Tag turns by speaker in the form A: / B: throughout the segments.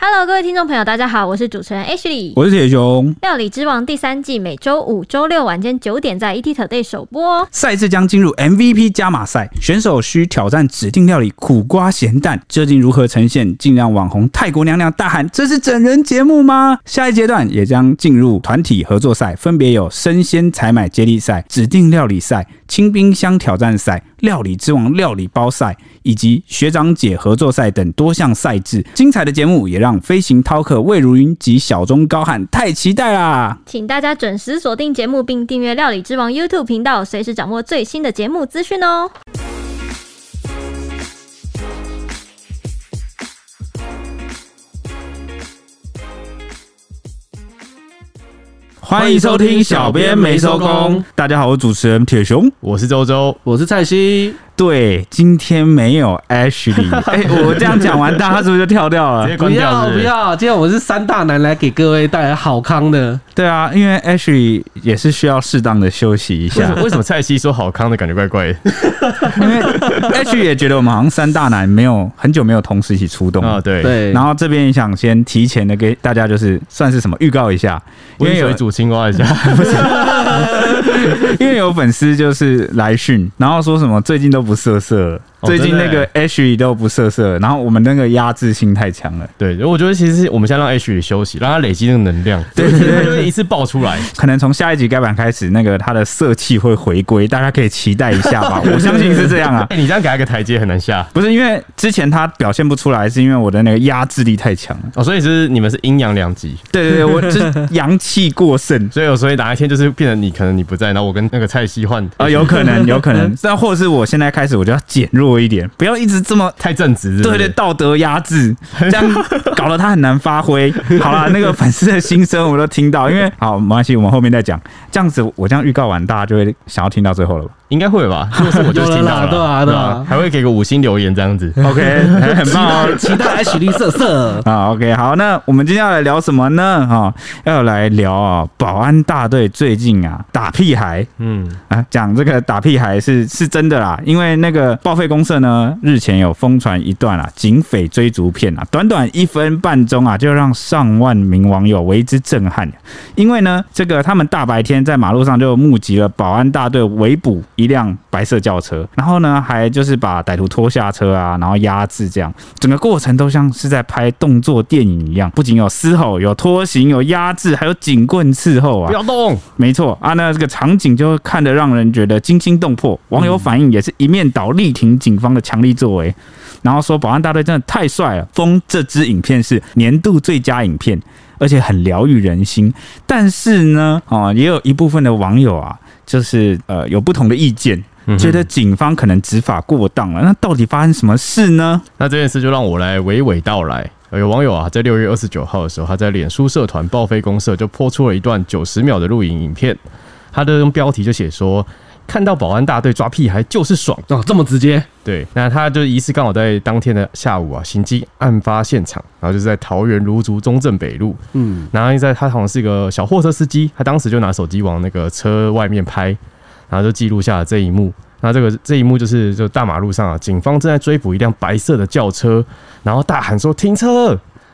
A: Hello，各位听众朋友，大家好，我是主持人 Ashley。
B: 我是铁熊。
A: 料理之王第三季每周五、周六晚间九点在 ET Today 首播哦。
B: 赛事将进入 MVP 加码赛，选手需挑战指定料理苦瓜咸蛋，究竟如何呈现？竟让网红泰国娘娘大喊：“这是整人节目吗？”下一阶段也将进入团体合作赛，分别有生鲜采买接力赛、指定料理赛、清冰箱挑战赛、料理之王料理包赛以及学长姐合作赛等多项赛制。精彩的节目也让飞行饕客魏如云及小钟高喊：“太期待啦！”
A: 请大家准时锁定节目，并订阅《料理之王》YouTube 频道，随时掌握最新的节目资讯哦。
B: 欢迎收听《小编没收工》。大家好，我是主持人铁熊。
C: 我是周周，
D: 我是蔡西，
B: 对，今天没有 Ashley。哎、 我这样讲完，大家是不是就跳掉
C: 直
B: 了
C: 接？
D: 不
C: 关掉
D: 要
C: 是
D: 不
C: 是
D: 要，今天我是三大男来给各位带来好康的，
B: 对啊，因为 Ashley 也是需要适当的休息一
C: 为
B: 下
C: 什，么为什么蔡西说好康的感觉怪怪的
B: 因为 Ashley 也觉得我们好像三大男没有很久没有同时一起出动
C: 啊？ 对，
D: 对，
B: 然后这边也想先提前的给大家，就是算是什么预告一下，因
C: 温
B: 为有
C: 水煮青蛙一下，
B: 因为有粉丝就是来讯，然后说什么最近都不色色了，
C: 哦
B: 最近
C: 真的
B: 那个 Ashley 都不色色了，然后我们那个压制性太强了。
C: 对，我觉得其实我们现在让 H 休息，让他累积那个能量，对对对，一次爆出来。
B: 可能从下一集改版开始，那个它的色气会回归，大家可以期待一下 吧。我相信是这样啊，
C: 哎， 你这样给他一个台阶很难下
B: 不是因为之前它表现不出来，是因为我的那个压制力太强了。
C: 哦，所以就是你们是阴阳两极，
B: 对对对，我就是阳气过盛
C: 所以有时候哪一天就是变成你可能你不在，然后我跟那个蔡西换
B: 啊、有可能，有可 能。但或者是我现在开始，我就要减弱一点，不要一直这么。
C: 太正直是不
B: 对
C: 是，
B: 对，道德压制，这样搞得他很难发挥。好啦，那个粉丝的心声我都听到，因为好没关系，我们后面再讲。这样子，我这样预告完，大家就会想要听到最后了吧。
C: 应该会吧？如果是我就
D: 有了
C: 听到
D: 啦对啊对啊
C: 还会给个五星留言这样子。
B: OK，很棒哦，，
D: 期待 H 绿色色
B: 啊，OK，好，那我们今天要来聊什么呢？哈、要来聊啊，保安大队最近啊打屁孩
C: 嗯，
B: 啊，讲这个打屁孩是是真的啦，因为那个报废公社呢，日前有疯传一段啊警匪追逐片啊，短短一分半钟啊，就让上万名网友为之震撼。啊因为呢，这个他们大白天在马路上就目击了保安大队围捕一辆白色轿车，啊然后呢，还就是把歹徒拖下车啊，然后压制这样，整个过程都像是在拍动作电影一样，不仅有嘶吼、有拖行、有压制，还有警棍伺候啊
C: 不。要动，
B: 没错啊，那这个场景就看得让人觉得惊心动魄。网友反应也是一面倒力挺警方的强力作为，然后说保安大队真的太帅了，封这支影片是年度最佳影片，而且很疗愈人心。但是呢，哦，也有一部分的网友啊，就是呃有不同的意见。
C: 嗯哼
B: 觉得警方可能执法过当了，那到底发生什么事呢？
C: 那这件事就让我来娓娓道来。有网友啊，在六月二十九号的时候，他在脸书社团报废公社就播出了一段九十秒的录影影片，他的用标题就写说。看到保安大队抓屁孩就是爽，
D: 哦，这么直接，
C: 对，那他就疑似刚好在当天的下午啊，行经案发现场，然后就是在桃园芦竹中正北路，
D: 嗯，
C: 然后在他好像是一个小货车司机，他当时就拿手机往那个车外面拍，然后就记录下了这一幕。那这个这一幕就是就大马路上啊，警方正在追捕一辆白色的轿车，然后大喊说停车，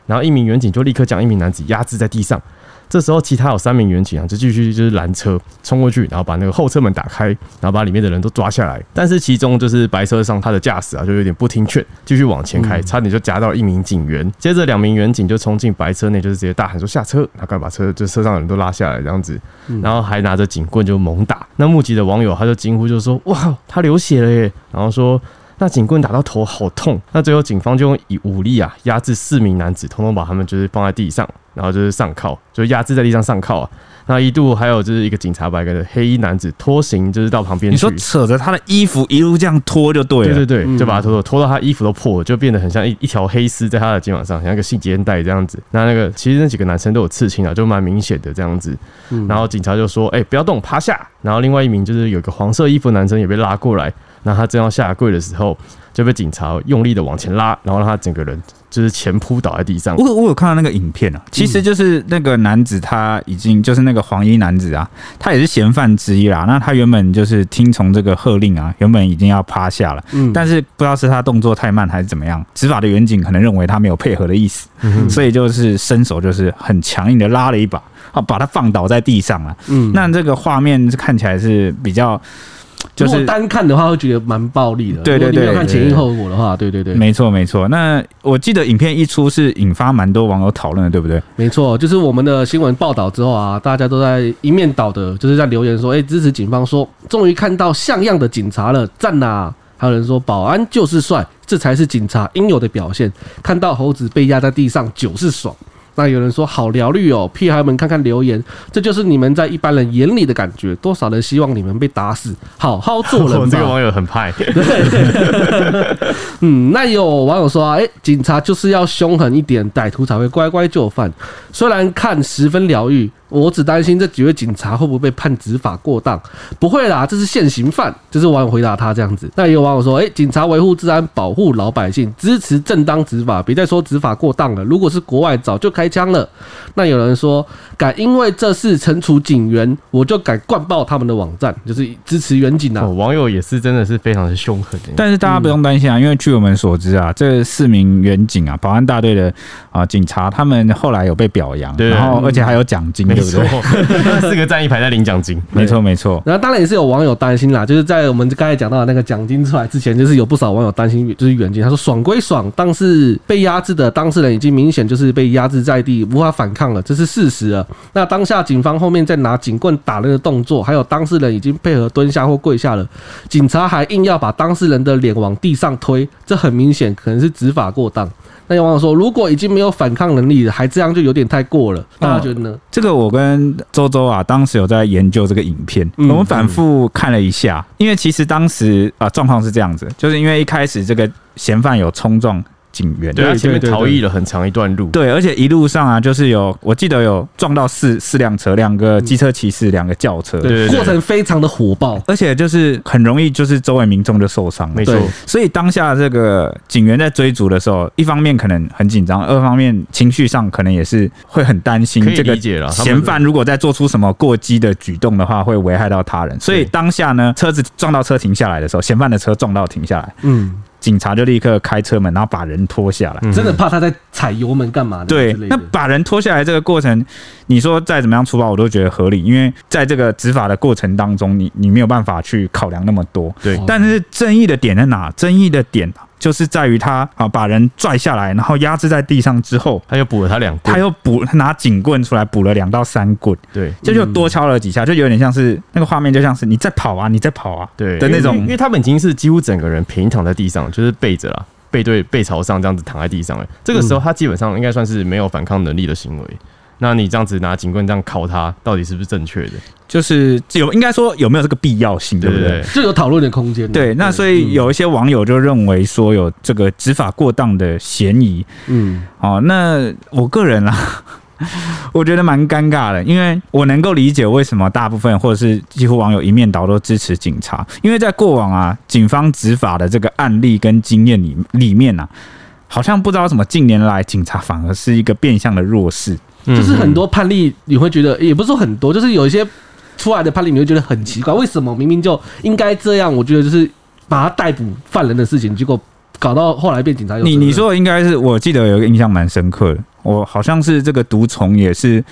C: 然后一名远警就立刻将一名男子压制在地上。这时候，其他有三名远警啊，就继续就是拦车冲过去，然后把那个后车门打开，然后把里面的人都抓下来。但是其中就是白车上他的驾驶啊，就有点不听劝，继续往前开，差点就夹到一名警员。接着两名远警就冲进白车内，就是直接大喊说下车，然后赶快把车就车上的人都拉下来这样子。
B: 嗯
C: 然后还拿着警棍就猛打。那目击的网友他就惊呼，就说：“哇，他流血了耶！”然后说。那警棍打到头好痛，那最后警方就用以武力啊压制四名男子，通通把他们就是放在地上，然后就是上铐，就压制在地上上铐啊。那一度还有就是一个警察把一个黑衣男子拖行，就是到旁边去。
B: 你说扯着他的衣服一路这样拖就对了，
C: 对对对，
D: 嗯
C: 就把他拖拖拖到他衣服都破了，就变得很像一一条黑丝在他的肩膀上，像一个细肩带这样子。那那个其实那几个男生都有刺青啊，就蛮明显的这样子。然后警察就说：“哎、不要动，趴下。”然后另外一名就是有个黄色衣服的男生也被拉过来，那他正要下跪的时候，就被警察用力的往前拉，然后让他整个人就是前扑倒在地上。
B: 我我有看到那个影片啊，其
D: 嗯
B: 实就是那个男子他已经就是那个黄衣男子啊，他也是嫌犯之一啦。那他原本就是听从这个喝令啊，原本已经要趴下了，
D: 嗯
B: 但是不知道是他动作太慢还是怎么样，执法的远景可能认为他没有配合的意思，
D: 嗯
B: 所以就是伸手就是很强硬的拉了一把，啊，把他放倒在地上了。
D: 嗯，
B: 那这个画面看起来是比较。就
D: 如
B: 是
D: 果单看的话，会觉得蛮暴力的。
B: 对对
D: 如果你没有
B: 对
D: 看
B: 对
D: 前因
B: 对
D: 后果的话，对对对，
B: 没错，没错。那我记得影片一出是引发蛮多网友讨论的，对不对？
D: 没错，就是我们的新闻报道之后啊，大家都在一面倒的，就是在留言说，哎、支持警方说，终于看到像样的警察了，赞呐、还有人说，保安就是帅，这才是警察应有的表现。看到猴子被压在地上，就是爽。那有人说好疗愈哦，屁孩们看看留言，这就是你们在一般人眼里的感觉。多少人希望你们被打死，好好做
C: 我
D: 人
C: 这个
D: 吧。
C: 网友很派，
D: 嗯，那有网友说啊，哎、警察就是要凶狠一点，歹徒才会乖乖就范。虽然看十分疗愈，我只担心这几位警察会不会被判执法过当。不会啦，这是现行犯。这是网友回答他这样子。那也有网友说，哎、警察维护治安，保护老百姓，支持正当执法，别再说执法过当了。如果是国外，早就开枪了。那有人说，敢因为这事惩处警员，我就敢灌爆他们的网站，就是支持远警啊
C: 哦。网友也是真的是非常的凶狠欸的。
B: 但是大家不用担心
C: 嗯
B: 啊，因为据我们所知啊，这四名远警啊，保安大队的啊、警察，他们后来有被表扬，
C: 对嗯
B: 然后而且还有奖金，
C: 没
B: 对不
C: 错
B: 对？，
C: 四个站一排在领奖金，
B: 没错，没错。
D: 然后当然也是有网友担心啦，就是在我们刚才讲到的那个奖金出来之前，就是有不少网友担心，就是远近他说爽归爽，但是被压制的当事人已经明显就是被压制在地，无法反抗了，这是事实了。那当下警方后面再拿警棍打人的动作，还有当事人已经配合蹲下或跪下了，警察还硬要把当事人的脸往地上推，这很明显可能是执法过当。那有网友说，如果已经没有反抗能力了，还这样就有点太过了，大家觉得呢？
B: 这个我跟周周啊，当时有在研究这个影片，
D: 嗯
B: 我们反复看了一下，因为其实当时啊状况是这样子，就是因为一开始这个嫌犯有冲撞警员，
C: 对，他前面
D: 对对
C: 逃逸了很长一段路，
B: 对，而且一路上啊，就是有我记得有撞到四四辆车，两个机车骑士，两个轿车，
C: 嗯对对对
D: 过程非常的火爆。
B: 而且就是很容易就是周围民众就受伤了
C: 嗯没。错
D: 对，
B: 所以当下这个警员在追逐的时候，一方面可能很紧张，二方面情绪上可能也是会很担心
C: 可以
B: 这个
C: 理解了。他们
B: 嫌犯如果再做出什么过激的举动的话，会危害到他人。所以当下呢，车子撞到车停下来的时候，嫌犯的车撞到停下来，
D: 嗯。
B: 警察就立刻开车门，然后把人拖下来。
C: 嗯
D: 真的怕他在踩油门干嘛的
B: 对
D: 之，类
B: 那
D: 的
B: 把人拖下来这个过程，你说再怎么样粗暴，我都觉得合理，因为在这个执法的过程当中，你你没有办法去考量那么多。
C: 对
D: 哦
B: 但是正义的点在哪？正义的点就是在于他啊，把人拽下来，然后压制在地上之后，
C: 他又补了他两
B: 他
C: 棍，
B: 又补拿警棍出来补了两到三棍，
C: 对
B: 这就多敲了几下，就有点像是那个画面，就像是你在跑啊，你在跑啊
C: 对
B: 的那
C: 因为因
B: 种
C: 为。他们已经是几乎整个人平躺在地上，就是背着啦，背对背朝上这样子躺在地上了。哎这个时候他基本上应该算是没有反抗能力的行为。那你这样子拿警棍这样敲他，到底是不是正确的？
B: 就是有应该说有没有这个必要性，对
C: 对
B: 不
C: 不
B: 对嗯
C: 对？？
D: 就有讨论的空间。
B: 对，那所以有一些网友就认为说有这个执法过当的嫌疑，
D: 嗯，
B: 哦，那我个人啊， 我觉得蛮尴尬的，因为我能够理解为什么大部分或者是几乎网友一面倒都支持警察，因为在过往啊，警方执法的这个案例跟经验里里面啊，好像不知道怎么近年来警察反而是一个变相的弱势。
D: 就是很
C: 嗯
D: 多判例你会觉得，
B: 嗯
D: 也不是说很多，就是有一些出来的判例你会觉得很奇怪，为什么明明就应该这样？我觉得就是把他逮捕犯人的事情，结果搞到后来变警察有责
B: 你
D: 任。
B: 你说的应该是我记得有一个印象蛮深刻的，我好像是这个毒虫也是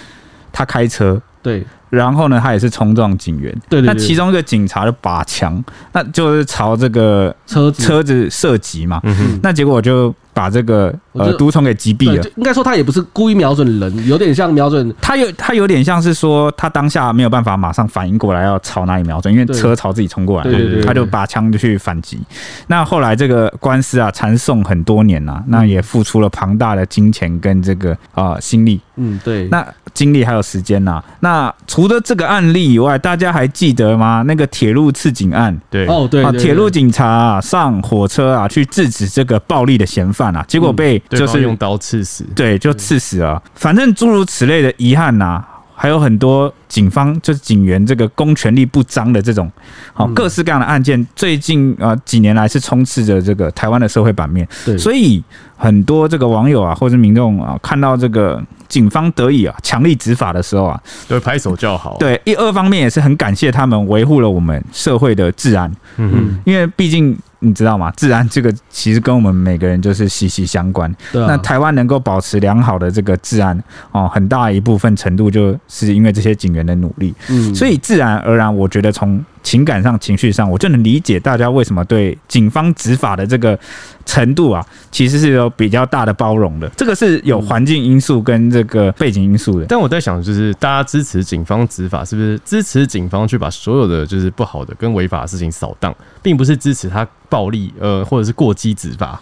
B: 他开车，
D: 对
B: 然后呢他也是冲撞警员，
D: 对对对，
B: 那其中一个警察就拔枪，那就是朝这个
D: 车子
B: 车子射击嘛。
C: 嗯哼，
B: 那结果我就把这个
D: 我
B: 呃
D: 就
B: 毒虫给击
D: 对
B: 毙了
D: 就。应该说他也不是故意瞄准人，有点像瞄准。
B: 他有他有点像是说，他当下没有办法马上反应过来要朝哪里瞄准，因为
D: 对
B: 车朝自己冲过来
D: 对
B: 嘛，
D: 对对，对
B: 他就把枪就去反击。那后来这个官司啊缠讼很多年
D: 嗯
B: 呐、那也付出了庞大的金钱跟这个啊、呃心力，
D: 嗯对，
B: 那精力还有时间呐、那除了这个案例以外，大家还记得吗？那个铁路刺警案，
C: 对，
D: 哦对
B: 啊，
D: 对
B: 铁路
D: 对
B: 警察、啊、上火车啊，去制止这个暴力的嫌犯
D: 嗯
B: 啊，结果被
C: 对
B: 就
C: 方
B: 是、
C: 用刀刺死，
B: 对就刺死了。反正诸如此类的遗憾呐、啊还有很多警方就是警员这个公权力不彰的这种，好、
D: 嗯
B: 各式各样的案件，最近啊、呃几年来是充斥着这个台湾的社会版面，
D: 对，
B: 所以很多这个网友啊或者民众啊看到这个警方得以啊强力执法的时候啊，
C: 就会拍手叫好。，啊
B: 对一二方面也是很感谢他们维护了我们社会的治安，
C: 嗯
D: 嗯，
B: 因为毕竟你知道吗，治安这个其实跟我们每个人就是息息相关。
D: 对啊，
B: 那台湾能够保持良好的这个治安哦，很大一部分程度就是因为这些警员的努力，
D: 嗯，
B: 所以自然而然，我觉得从情感上、情绪上，我就能理解大家为什么对警方执法的这个程度啊，其实是有比较大的包容的。这个是
D: 嗯
B: 有环境因素跟这个背景因素的。
C: 但我在想，就是大家支持警方执法，是不是支持警方去把所有的就是不好的跟违法的事情扫荡，并不是支持他暴力呃或者是过激执法，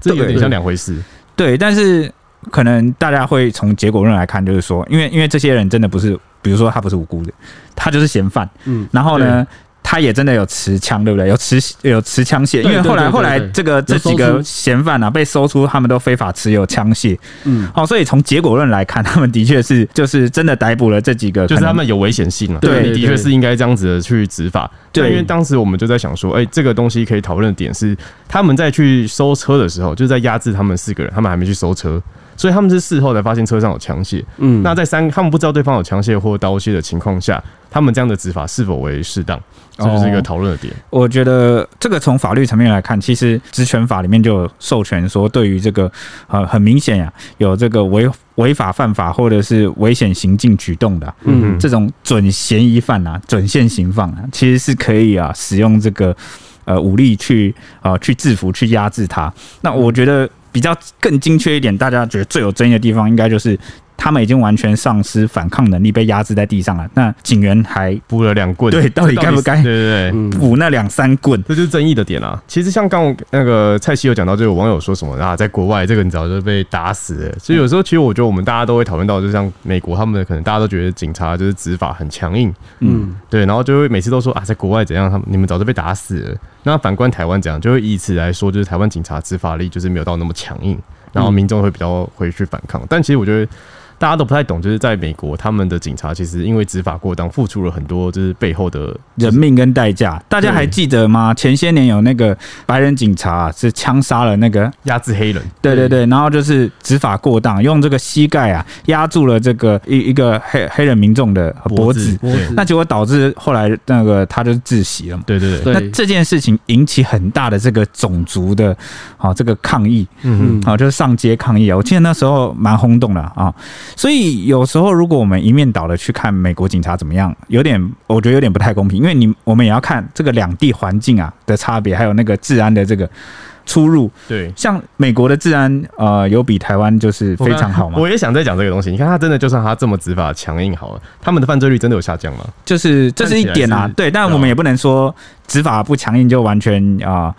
C: 这有点像两回事。
B: 对，但是可能大家会从结果论来看，就是说，因为因为这些人真的不是，比如说他不是无辜的，他就是嫌犯。
D: 嗯，
B: 然后呢，他也真的有持枪，对不对？有持有持枪械，因
D: 对
B: 为后来
D: 对对对
B: 后来
D: 对
B: 这个这
D: 有搜
B: 几个
D: 出
B: 嫌犯啊被搜出，他们都非法持有枪械。
D: 嗯，
B: 哦，所以从结果论来看，他们的确是就是真的逮捕了这几个，
C: 就是
B: 可能
C: 他们有危险性了、啊，
B: 对
C: 所以你
D: 对
C: 的确
D: 对
C: 是应该这样子的去执法。
B: 对
C: 但因为当时我们就在想说，哎、这个东西可以讨论的点是，他们在去搜车的时候，就是在压制他们四个人，他们还没去搜车，所以他们是事后才发现车上有枪械。
D: 嗯，
C: 那在三他们不知道对方有枪械或刀械的情况下，他们这样的执法是否为适当，这就是一个
B: 哦
C: 讨论的点。
B: 我觉得这个从法律层面来看，其实职权法里面就有授权说，对于这个呃很明显呀、有这个违违法犯法或者是危险行径举动的啊、
D: 嗯
B: 这种准嫌疑犯啊，准现行犯啊，其实是可以啊使用这个呃武力去呃去制服、去压制他。那我觉得比较更精确一点，大家觉得最有争议的地方，应该就是他们已经完全丧失反抗能力，被压制在地上了。那警员还
C: 补了两棍，
B: 对到底
C: 这
B: 该不该
C: 对对对。
D: 嗯
B: 补那两三棍？
C: 这就是争议的点啊！其实像刚我那个蔡西有讲到，就有网友说什么啊，在国外这个你早就被打死了。所以有时候其实我觉得我们大家都会讨论到，就像美国他们可能大家都觉得警察就是执法很强硬，
D: 嗯，
C: 对，然后就会每次都说啊，在国外怎样，他们你们早就被打死了。那反观台湾怎样，就会以此来说，就是台湾警察执法力就是没有到那么强硬，
B: 嗯
C: 然后民众会比较回去反抗。但其实我觉得大家都不太懂，就是在美国他们的警察其实因为执法过当，付出了很多就是背后的
B: 人命跟代价，大家还
C: 对
B: 记得吗？前些年有那个白人警察、啊、是枪杀了那个
C: 压制黑人。
B: 对对对，然后就是执法过当，用这个膝盖啊压住了这个一一个黑黑人民众的啊脖子，
D: 脖子
B: 那结果导致后来那个他就窒息了嘛。
C: 对对
D: 对
C: 对，
B: 那这件事情引起很大的这个种族的啊这个抗议
C: 嗯
D: 嗯
B: 啊，就是上街抗议啊。我记得那时候蛮轰动的啊，所以有时候如果我们一面倒的去看美国警察怎么样，有点我觉得有点不太公平，因为你我们也要看这个两地环境啊的差别，还有那个治安的这个出入。
C: 对。
B: 像美国的治安，呃，有比台湾就是非常好嘛，
C: 哦我也想再讲这个东西。你看，他真的就算他这么执法强硬好了，他们的犯罪率真的有下降吗？
B: 就是这是一点
C: 看起
B: 啊
C: 来是，
B: 对，但我们也不能说执法不强硬就完全啊、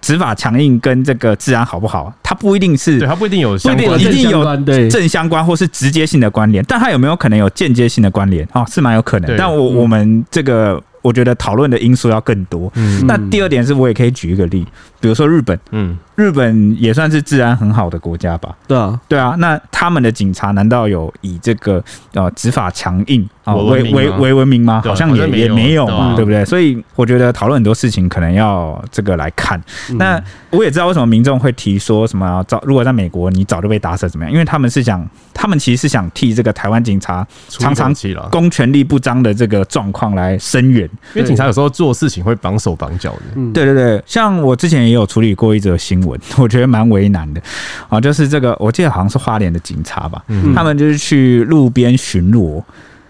B: 执法强硬跟这个治安好不好，它不一定
C: 对
B: 是
C: 他不一定有相
D: 哦
B: 不一定
C: 关
B: 一
C: 的
B: 定有
D: 正相关对
B: 正相关或是直接性的关联，但它有没有可能有间接性的关联啊、哦？是蛮有可能
C: 对，
B: 但我
D: 嗯
B: 我们这个我觉得讨论的因素要更多。
C: 嗯
B: 那第二点是我也可以举一个例，比如说日本，
C: 嗯，
B: 日本也算是治安很好的国家吧，
D: 对啊，
B: 对啊，那他们的警察难道有以这个呃执法强硬啊为
C: 为文明
B: 为
C: 吗
B: 为文明吗？
C: 对啊
B: 好像
C: 好
B: 也
C: 像没
B: 也
C: 有
B: 没有
C: 对
B: 嘛
C: 啊，
B: 对不对？所以我觉得讨论很多事情可能要这个来看。
D: 嗯
B: 那我也知道为什么民众会提说什么啊早，如果在美国你早就被打死了怎么样？因为他们是想，他们其实是想替这个台湾警察常常
C: 期了，
B: 公权力不彰的这个状况来伸冤。
C: 因为警察有时候做事情会绑手绑脚的。
D: 嗯，
B: 对对对，像我之前也有处理过一则新闻， 我觉得蛮为难的啊，就是这个我记得好像是花莲的警察吧，
C: 嗯
B: 他们就是去路边巡逻。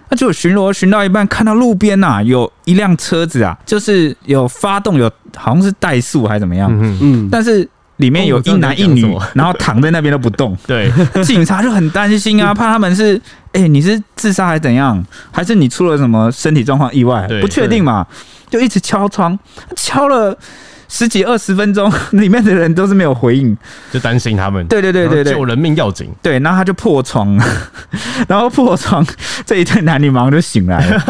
B: 那就巡逻巡到一半，看到路边呐、有一辆车子啊，就是有发动有好像是怠速还是怎么样，
C: 嗯，
D: 嗯，
B: 但是里面有一男一
C: 哦
B: 女
C: 我知道你在讲什么，，
B: 然后躺在那边都不动
C: 对，
B: 警察就很担心啊，怕他们是哎、你是自杀还是怎样，还是你出了什么身体状况意外
C: 对，
B: 不确定嘛，就一直敲窗，敲了十几二十分钟 里面的人都是没有回应，
C: 就担心他 们。
B: 对对对对
C: 然后救
B: 对
C: 人命要紧。
B: 对，然后他就破窗， 然后破窗，这一对男女马上就醒来 了，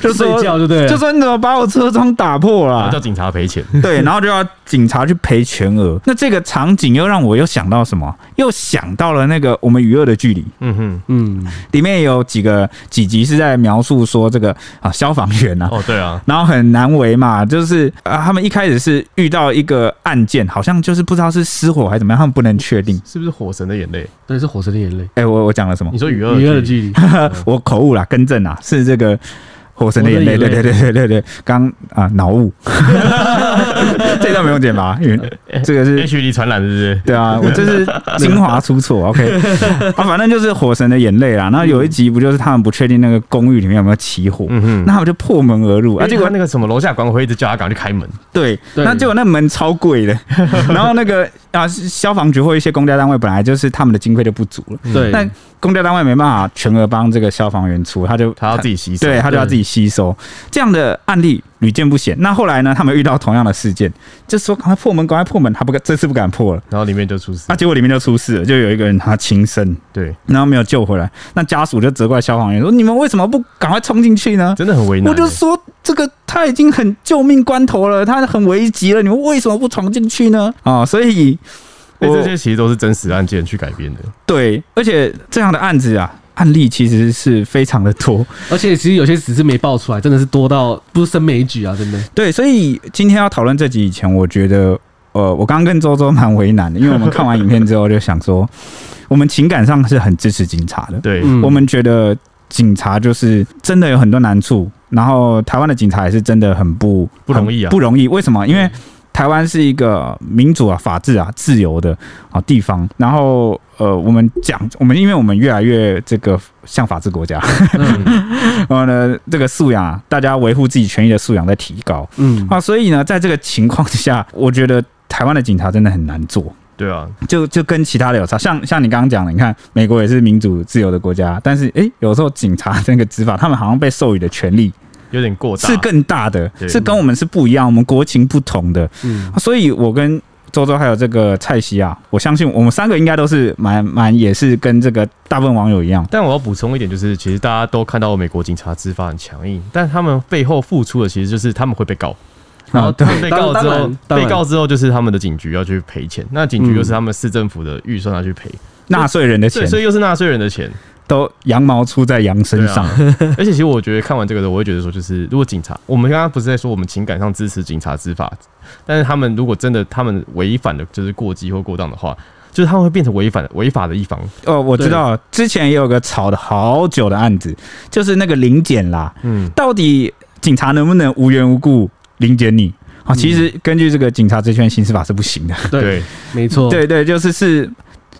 B: 就
D: 睡
B: 说
D: 觉就对了，
B: 就说你怎么把我车窗打破了、
C: 然后啊叫警察赔钱，
B: 对，然后就要警察去赔全额。那这个场景又让我又想到什么？又想到了那个我们娱乐的距离
C: 嗯哼，
D: 嗯，
B: 里面有几个几集是在描述说这个啊消防员啊。
C: 哦，对啊，
B: 然后很难为嘛，就是啊，他们一开始是遇到一个案件，好像就是不知道是失火还是怎么样，他们不能确定。
C: 是不是火神的眼泪？
D: 对，是火神的眼泪，
B: 哎、我我讲了什么
C: 你？说余
D: 娱乐
C: 二
D: 的距
C: 剧，
D: 离，
B: 我口误啦，更正啦，是这个《火神的眼泪》。
D: 火
B: 对
D: 神的
B: 对
D: 眼
B: 对
D: 泪
B: 对对对，刚啊脑雾，这段没用剪吧？因为这个是
C: HD 传染是不是？
B: 对啊，我 就是精华出错，OK 啊，反正就是《火神的眼泪》啦。然后有一集不就是他们不确定那个公寓里面有没有起火，
C: 嗯哼，
B: 那他们就破门而入啊，
C: 啊，
B: 结
C: 结
B: 果
C: 果那个什么楼下管委会一直叫他赶快去开门，
B: 对，
D: 对
B: 那结果那门超贵 的，然后那个啊消防局或一些公家单位本来就是他们的经费就不足了，
D: 对，
B: 那公家单位没办法全额帮这个消防员出，他就
C: 他要自己洗手。嗯
B: 对他就要
D: 对
B: 自己吸收。这样的案例屡见不鲜。那后来呢，他们遇到同样的事件，就说赶快破门，赶快破门，他不敢，这次不敢破了。
C: 然后里面就出事
B: 那、。啊结果里面就出事了，就有一个人他轻生，
C: 对，
B: 然后没有救回来。那家属就责怪消防员说：“你们为什么不赶快冲进去呢？”
C: 真的很为难欸。
B: 我就说这个他已经很救命关头了，他很危急了，你们为什么不闯进去呢？啊、所以
C: 哎
B: 我
C: 这些其实都是真实案件去改编的。
B: 对，而且这样的案子啊，案例其实是非常的多。
D: 而且其实有些只是没爆出来，真的是多到不是胜枚举啊，真的。
B: 对，所以今天要讨论这集以前，我觉得，呃，我刚刚跟周周蛮为难的，因为我们看完影片之后就想说，我们情感上是很支持警察的，
C: 对，
D: 嗯
B: 我们觉得警察就是真的有很多难处，然后台湾的警察也是真的很不
C: 不容易啊
B: 很
C: 嗯
B: 不容易。为什么？因为台湾是一个民主啊、法治啊、自由的啊地方，然后呃，我们讲我们，因为我们越来越这个像法治国家，
C: 嗯
B: 然后呢，这个素养啊，大家维护自己权益的素养在提高。
D: 嗯，
B: 啊，所以呢，在这个情况之下，我觉得台湾的警察真的很难做，
C: 对啊，
B: 就就跟其他的有差。像像你刚刚讲的，你看美国也是民主自由的国家，但是诶、有时候警察那个执法，他们好像被授予的权利
C: 有点过大。
B: 是更大的，
C: 对
B: 是跟我们是不一样，我们国情不同的。
D: 嗯
B: 啊所以我跟周周还有这个蔡西啊，我相信我们三个应该都是蛮蛮也是跟这个大部分网友一样，
C: 但我要补充一点，就是其实大家都看到美国警察执法很强硬，但他们背后付出的其实就是他们会被告，然后
B: 啊，对
C: 他们被告 之
D: 当
C: 后
D: 然，当然
C: 被告之后就是他们的警局要去赔钱，那警局又是他们市政府的预算要去赔，
D: 嗯
B: 纳税人的钱
C: 对，所以又是纳税人的 钱。
B: 都羊毛出在羊身上，
C: 而且其实我觉得看完这个的，我会觉得说，就是如果警察，我们刚刚不是在说我们情感上支持警察执法，但是他们如果真的他们违反了就是过激或过当的话，就是他们会变成违反违法的一方。
B: 哦，我知道，之前也有个吵的好久的案子，就是那个临检啦，
C: 嗯，
B: 到底警察能不能无缘无故临检你？
D: 嗯
B: 啊，其实根据这个《警察职权行使法》是不行的。
D: 对，，没错，
B: 对对，就是是，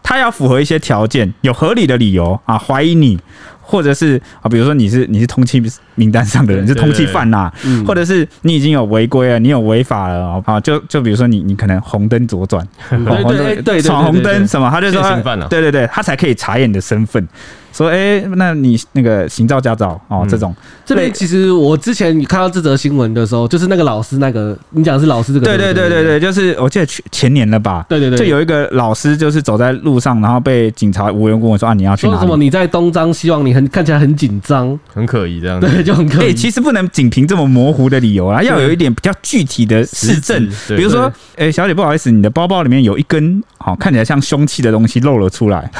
B: 他要符合一些条件，有合理的理由啊，怀疑你，或者是啊，比如说你是你是通缉名单上的人，
C: 对
B: 是通缉犯呐、
D: 嗯，
B: 或者是你已经有违规了，你有违法了啊啊，就就比如说你你可能红灯左转，
D: 嗯
B: 闯
D: 对
B: 红
D: 对哎对对
B: 灯，闯红灯什么，他就说
C: 现行犯啊
B: 对对对，他才可以查验你的身份，说哎、那你那个行照驾照哦
C: 嗯
B: 这种，
D: 这边其实我之前看到这则新闻的时候，就是那个老师那个，你讲的是老师这个，
B: 对对
D: 对
B: 对对对，就是我记得去前年了吧。
D: 对对对，
B: 就有一个老师，就是走在路上，然后被警察无缘无故说啊，你要去
D: 说
B: 哪
D: 什么
B: 里？嗯
D: 你在东张西望，你很看起来很紧张，
C: 很可疑这样子。
D: 对，就很可
B: 哎、
D: 以。
B: 其实不能仅凭这么模糊的理由啦，要有一点比较具体的事证，
C: 实质
B: 比如说，哎、小姐不好意思，你的包包里面有一根好、看起来像凶器的东西露了出来。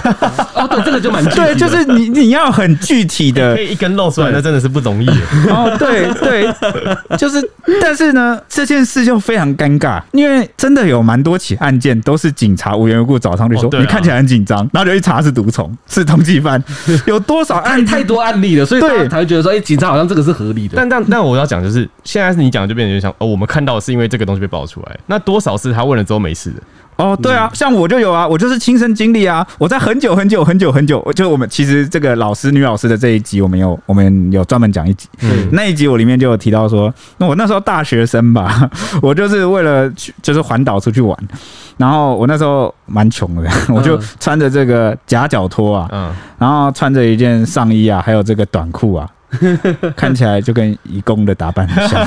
D: 哦，对，这个就蛮具 体
B: 对，
D: 的
B: 就是你你要很具体的
C: 可，以一根露出来，
B: 对
C: 那真的是不容易耶。
B: 哦，对对，就是，但是呢，这件事就非常尴尬，因为真的有蛮多起案件都是警察无缘无故找上去说、
C: 哦对啊
B: 你看起来很紧张，然后就一查是毒虫，是通缉 犯，有多少案
D: 太太多案例了，所以大
B: 对
D: 家才会觉得说，哎，警察好像这个是合理的。
C: 但但但我要讲就是，现在是你讲的就变成有点像哦，我们看到的是因为这个东西被爆出来，那多少是他问了之后没事的，
B: 哦，对
C: 嗯
B: 啊，像我就有啊，我就是亲身经历啊，我在很久很久很久很久，我就我们其实这个老师女老师的这一集，我们有我们有专门讲一集，
D: 嗯
B: 那一集我里面就有提到说，那我那时候大学生吧，我就是为了去就是环岛出去玩，然后我那时候蛮穷的，我就穿着这个夹脚拖啊，
C: 嗯，
B: 然后穿着一件上衣啊，还有这个短裤啊，看起来就跟义工的打扮很像。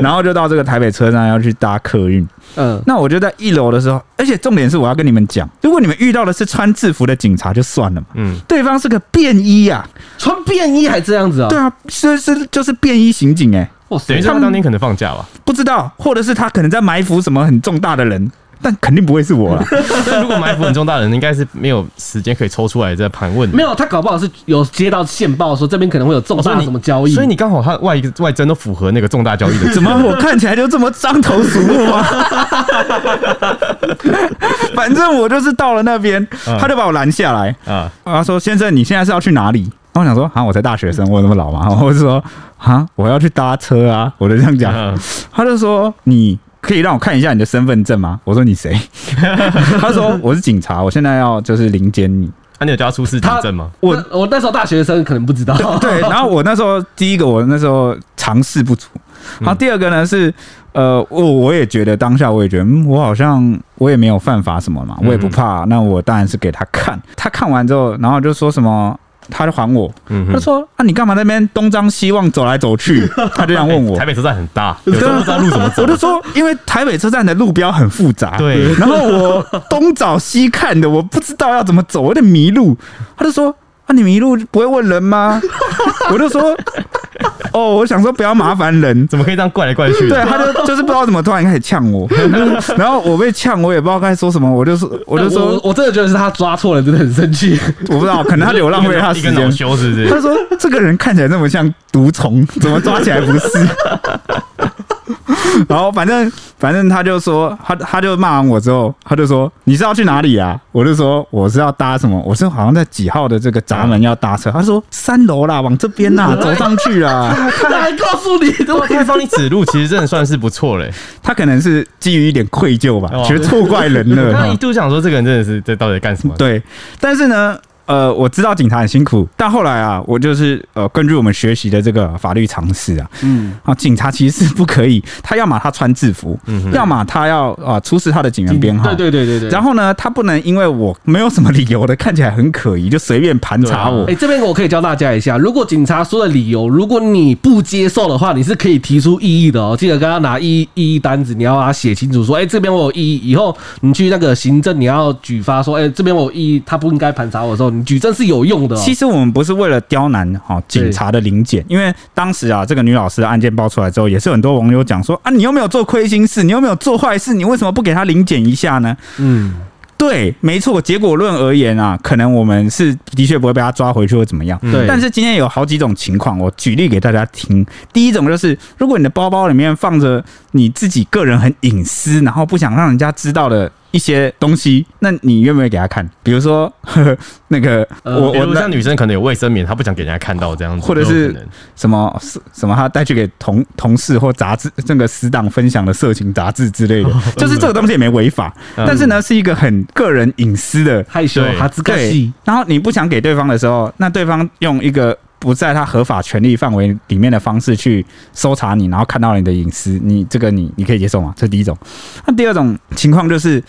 B: 然后就到这个台北车站要去搭客运，
D: 嗯，
B: 那我就在一楼的时候，而且重点是我要跟你们讲，如果你们遇到的是穿制服的警察就算了嘛，
C: 嗯，
B: 对方是个便衣啊，
D: 穿便衣还这样子啊、
B: 对啊，是是就是便衣刑警哎、
D: 哇
C: 等于
D: 塞，
C: 是他当天可能放假吧。
B: 不知道，或者是他可能在埋伏什么很重大的人，但肯定不会是我啊 啦。
C: 但如果埋伏很重大的人，应该是没有时间可以抽出来再盘问的。
D: 没有，他搞不好是有接到线报说这边可能会有重
C: 哦所以
D: 大
C: 你
D: 什么交易，
C: 所以你刚好他外外征都符合那个重大交 易的
B: 怎么我看起来就这么獐头鼠目吗？反正我就是到了那边，
C: 嗯
B: 他就把我拦下来，
C: 啊，
B: 他说：“先生，你现在是要去哪里？”然后我想说：“啊，我才大学生，我有那么老吗？”我就说：“啊，我要去搭车啊！”我就这样讲，
C: 嗯
B: 他就说：“你可以让我看一下你的身份证吗？”我说：“你谁？”他说：“我是警察，我现在要就是临检你。”
C: 那你有叫他出示
D: 他
C: 警证吗？
B: 我
D: 我我那时候大学生可能不知道，
B: 对，然后我那时候第一个，我那时候尝试不足，然后第二个呢是，呃，我我也觉得当下我也觉得，嗯，我好像我也没有犯法什么嘛，我也不怕，那我当然是给他看，他看完之后，然后就说什么。他就还我，
C: 嗯
B: 他
C: 哼，
B: 说：“啊，你干嘛在那边东张西望走来走去？”他就这样问我
C: 哎台，北车站很大，有
B: 对
C: 时候不知道路怎么走
B: 我。就说，因为台北车站的路标很复杂，
C: 对
B: 然后我东找西看的，我不知道要怎么走，我有点迷路。他就说：“啊，你迷路不会问人吗？” 我就说：“哦，我想说不要麻烦人。”
C: 怎么可以这样怪来怪去
B: 对，啊
C: 的？
B: 他就就是不知道怎么突然开始呛我， 然后我被呛，我也不知道该说什么，我就说，我就说
D: 我，我真的觉得是他抓错了，真的很生气。
B: 我不知道，可能他流浪费他
C: 一
B: 时
C: 个
B: 间，
C: 恼羞是不 是？
B: 他说：“这个人看起来那么像毒虫， 怎么抓起来不是？” 然后反正反正他就说他他就骂完我之后，他就说：“你是要去哪里啊？”我就说：“我是要搭什么？我是好像在几号的这个闸门要搭车。”他说：“三楼啦，往这边啦，走上去啊啦。
D: 他还告诉你的，
C: 如果对方你指路，其实真的算是不错嘞。”
B: 他可能是基于一点愧疚吧，
C: 哦
B: 觉得错怪人 了。
C: 他一度想说，这个人真的是在到底在干什么？
B: 对，但是呢，呃，我知道警察很辛苦，但后来啊，我就是呃，根据我们学习的这个法律常识啊，
D: 嗯，
B: 啊，警察其实是不可以， 他要么他穿制服，
C: 嗯哼
B: 要么他要啊出示他的警员编号。
D: 对对对对对。
B: 然后呢，他不能因为我没有什么理由的看起来很可疑，就随便盘查我。
D: 哎、这边我可以教大家一下，如果警察说的理由，如果你不接受的话，你是可以提出异议的哦。记得刚刚拿异异议单子，你要把它写清楚，说，哎、这边我有异议。以后你去那个行政，你要举发说，哎、这边我有异议，他不应该盘查我的时候，你举证是有用的、哦。
B: 哎其实我们不是为了刁难哈、哦警察的临
D: 嗯
B: 检，因为当时啊，这个女老师的案件爆出来之后，也是很多网友讲说啊，你又没有做亏心事，你又没有做坏事，你为什么不给他临检一下呢？
D: 嗯，
B: 对，没错，结果论而言啊，可能我们是的确不会被他抓回去或怎么样。
D: 对
B: 嗯但是今天有好几种情况，我举例给大家听。第一种就是，如果你的包包里面放着你自己个人很隐私，然后不想让人家知道的一些东西，那你愿不愿意给他看？比如说， 呵呵那个
D: 呃
B: 我
C: 比
B: 我
C: 如
B: 那
C: 像女生可能有卫生棉，她不想给人家看到这样子，
B: 或者
C: 有
B: 是
C: 可能
B: 什么是什么，他带去给同同事或杂志这个死党分享的色情杂志之 类的，就是这个东西也没违法，
C: 嗯
B: 但是呢，是一个很个人隐私的
D: 害羞
C: 对，
D: 哈兹卡
B: 对
D: 西。，
B: 然后你不想给对方的时候，那对方用一个不在他合法权利范围里面的方式去搜查你，然后看到你的隐私，你这个你你可以接受吗？这是第一种。那第二种情况就是，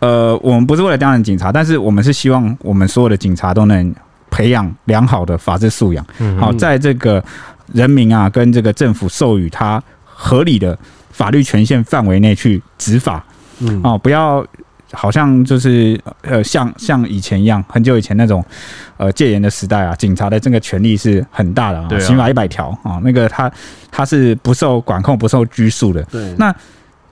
B: 呃，我们不是为了刁难警察，但是我们是希望我们所有的警察都能培养良好的法治素养。
C: 嗯
B: 好，在这个人民啊跟这个政府授予他合理的法律权限范围内去执法。
D: 嗯，
B: 哦，不要好像就是呃，像像以前一样，很久以前那种呃戒严的时代啊，警察的这个权力是很大的啊，
C: 对啊
B: 刑法一百条啊，那个他他是不受管控、不受拘束的。
D: 对，
B: 那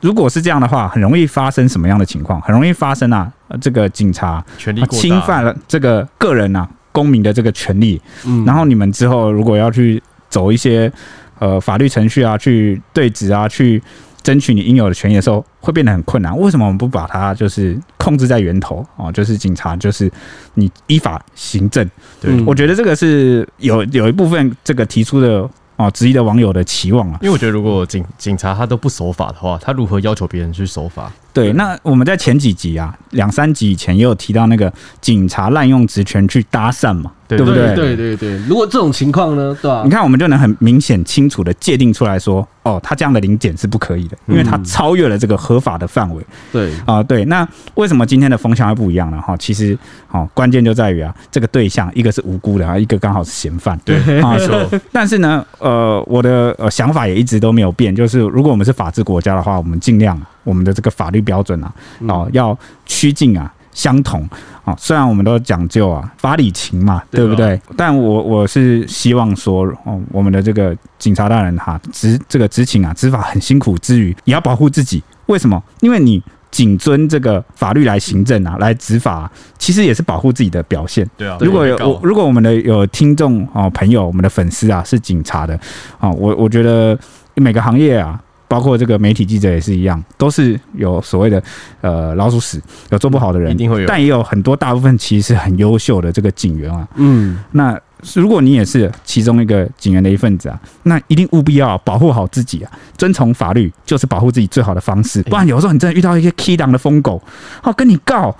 B: 如果是这样的话，很容易发生什么样的情况？很容易发生啊，呃这个警察
C: 权力
B: 啊
C: 过大
B: 侵犯了这个个人啊公民的这个权利，
D: 嗯
B: 然后你们之后如果要去走一些呃法律程序啊，去对质啊，去争取你应有的权益的时候，会变得很困难。为什么我们不把它就是控制在源头哦？就是警察，就是你依法行政。
C: 对
D: 嗯
B: 我觉得这个是有有一部分这个提出的哦质疑的网友的期望啊。
C: 因为我觉得，如果警警察他都不守法的话，他如何要求别人去守法？
B: 对，那我们在前几集啊，两三集以前也有提到那个警察滥用职权去搭讪嘛，
C: 对
B: 不
D: 对对对对，如果这种情况呢，对吧、
B: 你看，我们就能很明显、清楚的界定出来说，哦，他这样的零检是不可以的，因为他超越了这个合法的范围
D: 对，
B: 啊。对，那为什么今天的风向会不一样呢？哈，其实，哦，关键就在于啊，这个对象一个是无辜的啊，一个刚好是嫌犯。
C: 对
B: 啊
C: 没错，
B: 但是呢，呃，我的呃想法也一直都没有变，就是如果我们是法治国家的话，我们尽量我们的这个法律标准啊，哦，要趋近啊。相同啊、哦，虽然我们都讲究啊法理情嘛，
D: 对
B: 对
D: 啊
B: 不对？但我我是希望说，哦，我们的这个警察大人哈、执这个执勤啊，执法很辛苦之余，也要保护自己。为什么？因为你谨遵这个法律来行政啊，来执法啊、其实也是保护自己的表现。
C: 对啊，
B: 如果有
C: 被告
B: 我，如果我们的有听众哦朋友，我们的粉丝啊是警察的哦，我我觉得每个行业啊，包括这个媒体记者也是一样，都是有所谓的呃老鼠屎，有做不好的人，
C: 一定会有
B: 但也有很多大部分其实是很优秀的这个警员啊。
D: 嗯，
B: 那如果你也是其中一个警员的一份子啊，那一定务必要保护好自己啊，遵从法律就是保护自己最好的方
C: 哎
B: 式。不然有时候你真的遇到一些 key 档的疯狗，哦，跟你告。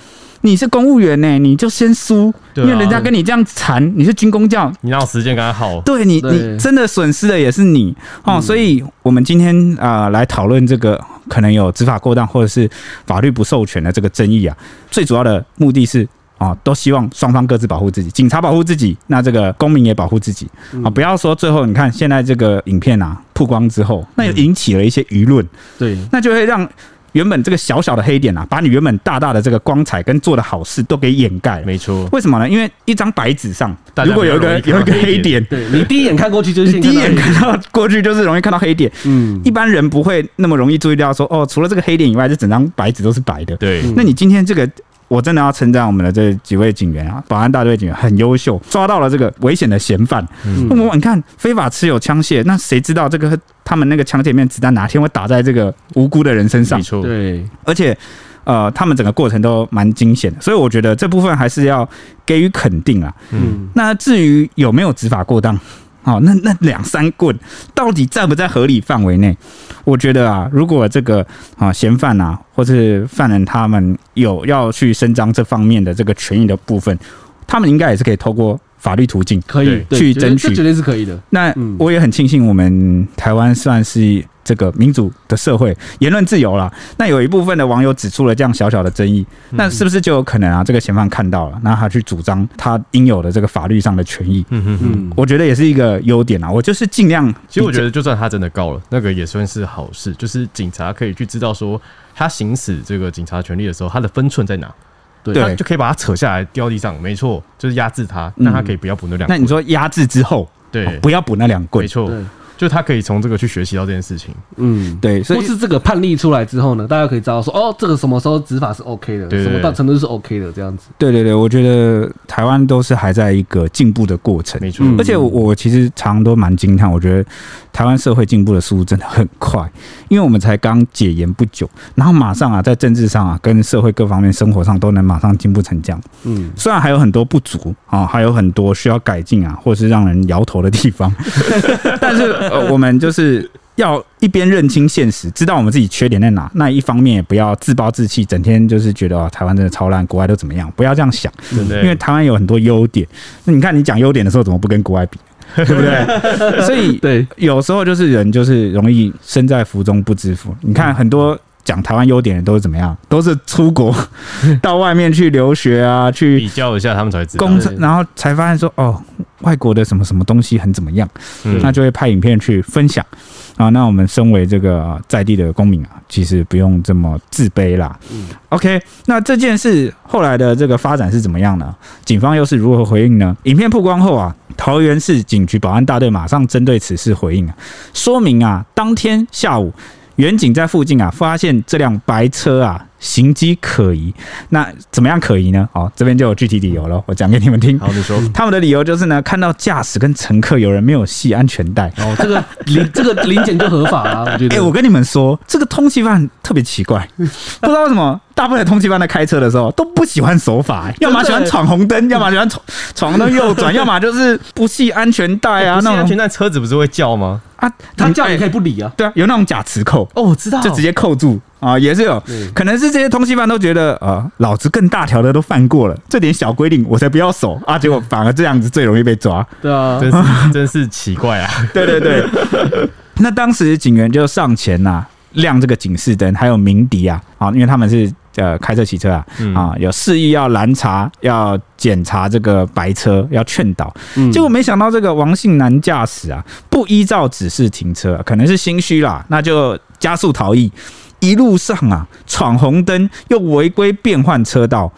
B: 你是公务员呢、你就先输，
C: 对
B: 因
C: 啊
B: 为人家跟你这样缠，你是军工教，
C: 你哪有时间跟他耗？
B: 对你，
D: 对
B: 你真的损失的也是你哦。所以，我们今天啊、呃来讨论这个可能有执法过当或者是法律不授权的这个争议啊，最主要的目的是。啊、都希望双方各自保护自己，警察保护自己，那这个公民也保护自己啊、不要说最后你看现在这个影片啊曝光之后，那又引起了一些舆论，
D: 对，
B: 那就会让原本这个小小的黑点啊，把你原本大大的这个光彩跟做的好事都给掩盖了。
C: 没错，
B: 为什么呢？因为一张白纸上，
C: 大家
B: 如果有一个
C: 比较
B: 有一个
C: 容易看到
B: 黑
C: 黑
B: 点
C: 点，
D: 对你第一眼看过去就是
B: 你
D: 先
B: 第一眼
D: 到
B: 看到过去就是容易看到黑点，
D: 嗯
B: 一，般人不会那么容易注意到说哦，除了这个黑点以外，这整张白纸都是白的。
C: 对，
B: 那你今天这个，我真的要称赞我们的这几位警员啊，保安大队警员很优秀，抓到了这个危险的嫌犯。
D: 嗯
B: 那么、你看非法持有枪械，那谁知道这个他们那个枪械里面子弹哪天会打在这个无辜的人身上
D: 嗯
C: 没？错，
D: 对，
B: 而且呃，他们整个过程都蛮惊险的，所以我觉得这部分还是要给予肯定啊。
D: 嗯，
B: 那至于有没有执法过当，好、那那两三棍到底在不在合理范围内？我觉得啊，如果这个啊嫌犯啊或是犯人他们有要去伸张这方面的这个权益的部分，他们应该也是可以透过法律途径
D: 可以
C: 对
D: 对
B: 去
D: 绝对
B: 争取
D: 这绝对是可以的。
B: 那
D: 嗯
B: 我也很庆幸，我们台湾算是这个民主的社会，言论自由啦。那有一部分的网友指出了这样小小的争议，
C: 嗯
B: 那是不是就有可能啊？这个嫌犯看到了，那他去主张他应有的这个法律上的权益，
C: 嗯哼哼。
D: 嗯，
B: 我觉得也是一个优点啊。我就是尽量，
C: 其实我觉得，就算他真的告了，那个也算是好事，就是警察可以去知道说，他行使这个警察权利的时候，他的分寸在哪，
D: 对
C: 他
B: 对
C: 就。可以把他扯下来掉地上，没错，就是压制他，
B: 嗯
C: 那他可以不要补那两
B: 那
C: 棍，
B: 你说压制之后，哦
C: 对，
B: 不要补那两棍
C: 没，错，
D: 对，
C: 就他可以从这个去学习到这件事情，
D: 嗯。
B: 对，所
D: 或
B: 以
D: 是这个判例出来之后呢，大家可以知道说，哦，这个什么时候执法是 OK 的，
C: 对对
D: 什么
C: 对
D: 到程度是 OK 的，这样子。
B: 对对对，我觉得台湾都是还在一个进步的过程。
C: 没错，
D: 嗯
B: 而且我我其实常都蛮惊叹，我觉得台湾社会进步的速度真的很快，因为我们才刚解严不久，然后马上啊，在政治上啊，跟社会各方面、生活上都能马上进步成这样。
D: 嗯，
B: 虽然还有很多不足啊、还有很多需要改进啊，或是让人摇头的地方， 但是呃，我们就是要一边认清现实，知道我们自己缺点在哪，那一方面也不要自暴自弃，整天就是觉得哦，台湾真的超烂，国外都怎么样，不要这样想。
C: 真的，
B: 因为台湾有很多优点。那你看你讲优点的时候，怎么不跟国 外比？对不对？ 所以
D: 对，
B: 有时候就是人就是容易身在福中不知福。你看很多讲台湾优点的都是怎么样？都是出国 到外面去留学啊，去
C: 比较一下，他们才会知道，
B: 工作
D: 对，
B: 然后才发现说哦，外国的什么什么东西很怎么样，
C: 嗯
B: 那就会拍影片去分享。啊，那我们身为这个呃在地的公民啊，其实不用这么自卑啦。
D: 嗯
B: OK，那这件事后来的这个发展是怎么样呢？警方又是如何回应呢？影片曝光后啊，桃园市警局保安大队马上针对此事回应啊，说明啊，当天下午远警在附近啊发现这辆白车啊行迹可疑，那怎么样可疑呢？哦，这边就有具体理由了，我讲给你们听。
C: 好，你说，
B: 他们的理由就是呢，看到驾驶跟乘客有人没有系安全带。
D: 哦，这个 零这个零检就合法啦，我觉
B: 哎、
D: 得。
B: 我跟你们说，这个通缉犯特别奇怪，不知道为什么，大部分的通缉犯在开车的时候都不喜欢守法、欸要么喜欢闯红灯，要么喜欢闯闯红灯右转，要么就是不系安全带啊
C: 不是
B: 那
C: 安
B: 种
C: 全带车子不是会叫吗？
B: 啊，
D: 他叫你可
B: 哎
D: 以不理啊。
B: 对啊，有那种假磁扣，
C: 哦，我知道，
B: 就直接扣住啊，也是有
D: 对，
B: 可能是这些通缉犯都觉得啊，老子更大条的都犯过了，这点小规定我才不要守啊，结果反而这样子最容易被抓。
D: 对啊，
C: 真是真是奇怪啊！
B: 对对对， 那当时警员就上前呐、啊亮这个警示灯，还有鸣笛啊，啊，因为他们是呃开车骑车啊，
C: 嗯
B: 啊，有示意要拦查，要检查这个白车，要劝导。结果没想到这个王姓男驾驶啊，不依照指示停车，可能是心虚啦，那就加速逃逸，一路上啊闯红灯，又违规变换车道。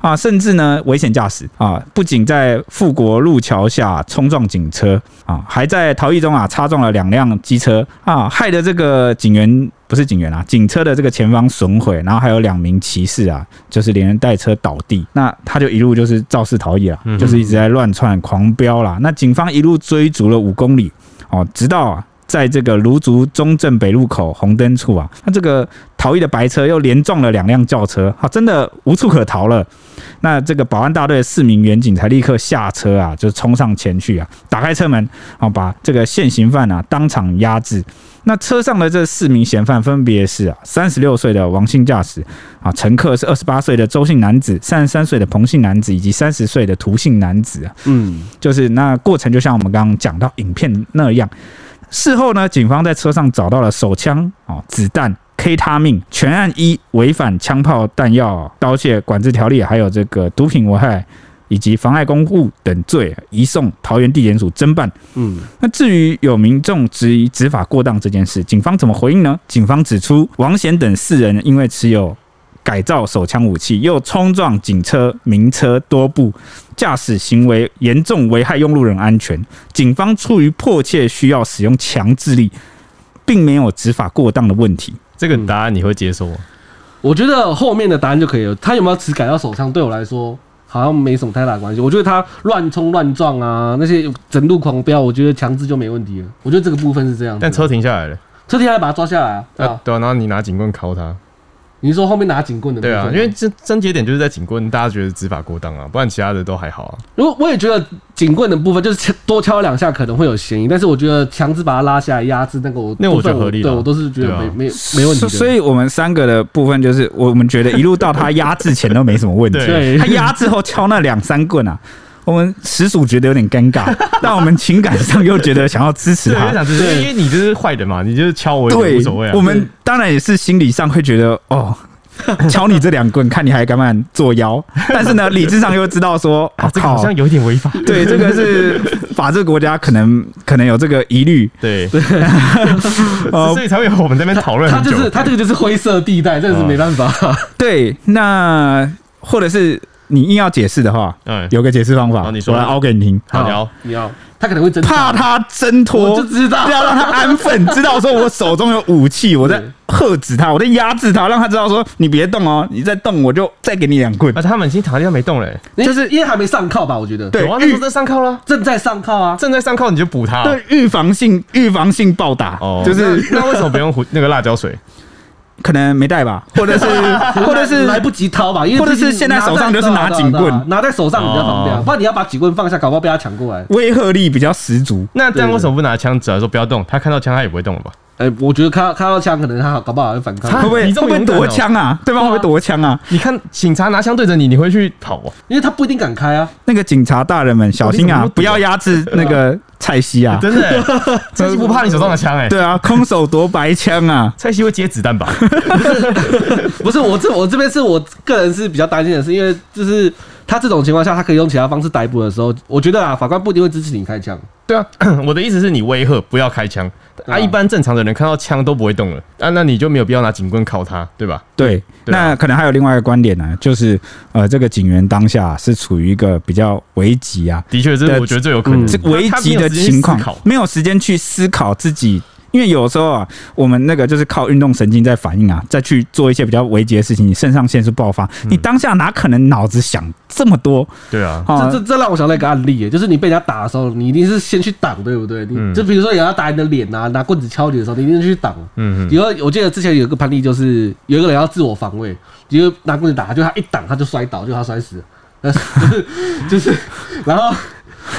B: 啊，甚至呢，危险驾驶啊，不仅在富国路桥下冲撞警车啊，还在逃逸中啊擦撞了两辆机车啊，害得这个警员不是警员啊，警车的这个前方损毁，然后还有两名骑士啊，就是连人带车倒地，那他就一路就是肇事逃逸了，
C: 嗯哼
B: 就是一直在乱窜狂飙啦。那警方一路追逐了五公里哦，直到啊。在这个芦竹中正北路口红灯处啊，那这个逃逸的白车又连撞了两辆轿车，啊，真的无处可逃了。那这个保安大队的四名员警才立刻下车啊，就冲上前去啊，打开车门啊，把这个现行犯啊当场压制。那车上的这四名嫌犯分别是啊，三十六岁的王姓驾驶啊，乘客是二十八岁的周姓男子、三十三岁的彭姓男子以及三十岁的涂姓男子啊。
D: 嗯，
B: 就是那过程就像我们刚刚讲到影片那样。事后呢，警方在车上找到了手枪、哦子弹、K 他命，全案一违反枪炮弹药刀械管制条例，还有这个毒品危害以及妨碍公务等罪，移送桃园地检署侦办。
D: 嗯，
B: 那至于有民众质疑执法过当这件事，警方怎么回应呢？警方指出，王贤等四人因为持有改造手枪武器，又冲撞警车、民车多部，驾驶行为严重危害用路人安全。警方出于迫切需要使用强制力，并没有执法过当的问题。
C: 这个答案你会接受吗？
D: 我觉得后面的答案就可以了。他有没有只改到手上，对我来说好像没什么太大关系。我觉得他乱冲乱撞啊，那些整路狂飙，我觉得强制就没问题了。我觉得这个部分是这
B: 嗯
D: 样子。啊
C: 但车停下来了，
D: 车停下来把他抓下来啊，对
C: 啊
D: 啊。
C: 对啊，然后你拿警棍敲他，
D: 你是说后面拿警棍的部
C: 对
D: 分
C: 啊
D: 吗，
C: 因为这症结点就是在警棍，大家觉得执法过当啊，不然其他的都还好啊。
D: 如果我也觉得警棍的部分就是敲多敲两下可能会有嫌疑，但是我觉得强制把他拉下来压制那个我
C: 那我觉得
D: 部分
C: 合理啦
D: 对我都是觉得没、
C: 对啊
D: 没没问题
B: 所
D: 的。
B: 所以我们三个的部分就是，我们觉得一路到他压制前都没什么问题，
C: 对
B: 他压制后敲那两三棍啊。我们实属觉得有点尴 尬，但我们情感上又觉得想要支持
C: 对，我
B: 他
C: 就。想知道，因为你就是坏人嘛，你就是敲我也
B: 啊对
C: 无所谓，啊。
B: 我们当然也是心理上会觉得 哦。敲你这两棍，看你还敢不敢作妖？但是 呢，理智上又知道说，我、
C: 啊，这个
B: 靠，
C: 好像有一点违法。
B: 对这个是法治国家，可能可能有这个疑虑。
C: 对，
B: 呃
C: 所以才会有我们在那边讨论
D: 他
C: 很
D: 就
C: 久。
D: 是他这个就是灰色地带，真的是没办法。
B: 啊对，那或者是你硬要解释的话，
C: 嗯，
B: 有个解释方法，
C: 好你说
B: 我来凹给你听。
C: 好聊，
D: 你要他可能会真
B: 怕他啊挣
D: 我
B: 脱
D: 就，知道。
B: 要让他安分，知道说我手中有武器，我在
D: 对
B: 喝止他，我在压制他，让他知道说你别动哦，你再动我就再给你两棍
C: 啊，。他们已经躺在地上没动欸嘞。
D: 就是因为还没上铐吧？我觉得
B: 对
C: 有啊，那时候在上铐了，
D: 正在上铐啊，
C: 正在上铐你就补他。
B: 对，预防性预防性暴打，
C: 哦，
B: 就是
C: 那那为什么不用胡那个辣椒水？
B: 可能没带吧，或者是 或者是
D: 来不及掏吧，因为
B: 或者是
D: 毕竟
B: 现在手上就是拿
D: 拿
B: 警棍
D: 对啊对啊拿在手上比较方便啊
C: 哦，
D: 不然你要把警棍放下，搞不好被他抢过来。
B: 威吓力比较十足。
C: 那这样
D: 对对
C: 为什么不拿枪指来说不要动？他看到枪他也不会动了吧？
D: 哎，我觉得看到看到枪，可能他搞不好会反
C: 啊
B: 会
D: 抗
B: 不，会
C: 你
B: 会
C: 这
B: 不
C: 么
B: 会
C: 勇敢哦
B: 夺枪啊？对方会不会夺枪啊？
C: 你看警察拿枪对着你，你会去跑啊？
D: 因为他不一定敢开啊。
B: 那个警察大人们小心
C: 你怎
B: 啊
C: 么，
B: 不要压制那个蔡西啊！
C: 真的欸，蔡西不怕你手上的枪哎，
B: 对啊，空手夺白枪啊！
C: 蔡西会接子弹吧？
D: 不是我这我这边是我个人是比较担心的是，因为就是他这种情况下，他可以用其他方式逮捕的时候，我觉得啊，法官不一定会支持你开枪。
C: 对啊， 我的意思是你威吓不要开枪
D: 对啊
C: 啊，一般正常的人看到枪都不会动了啊，那你就没有必要拿警棍铐他， 对吧？
B: 对，
C: 对啊
B: 那可能还有另外一个观点呢、就是呃，这个警员当下是处于一个比较危急啊，
C: 的确，这
B: 对
C: 是我觉得最有可能
D: 嗯
B: 这
C: 他
B: 危急的情况
C: 他没有
B: 没有时
C: 时间思考，
B: 间去思考自己。因为有时候啊，我们那个就是靠运动神经在反应啊，再去做一些比较危急的事情，你肾上腺素爆发，
C: 嗯
B: 你当下哪可能脑子想这么多
C: 对啊，
B: 啊？
D: 这这这让我想到一个案例耶，就是你被人家打的时候，你一定是先去挡，对不对？你、
C: 嗯
D: 就比如说有人要打你的脸啊，拿棍子敲你的时候，你一定是去挡。
C: 嗯，
D: 有个我记得之前有一个判例，就是有一个人要自我防卫，就拿 棍子打他，就他一挡他就摔倒，就他摔死了。那就是就是，然后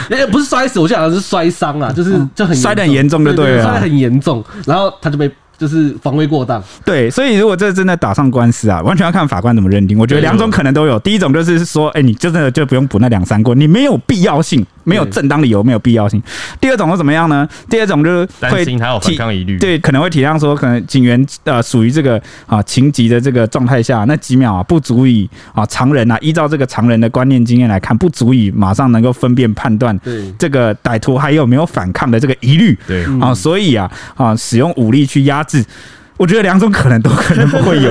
D: 也不是摔死，我记得好像是摔伤啊，就是就很
B: 哦摔得很严重就
D: 对
B: 对了
D: 摔得很严重，然后他就被就是防卫过当，
B: 对，所以如果这真的打上官司啊，完全要看法官怎么认定。我觉得两种可能都有，第一种就是说，哎、你真的就不用补那两三过，你没有必要性，没有正当理由，没有必要性。第二种是怎么样呢？第二种就是
C: 担
B: 会
C: 心他有反抗疑虑，，
B: 对，可能会体谅说，可能警员呃属于这个啊情急的这个状态下，那几秒啊不足以啊常人啊依照这个常人的观念经验来看，不足以马上能够分辨判断
D: 对，
B: 这个歹徒还有没有反抗的这个疑虑。
C: 对
D: 嗯
B: 啊，所以啊啊，使用武力去压制。我觉得两种可能都可能会 有，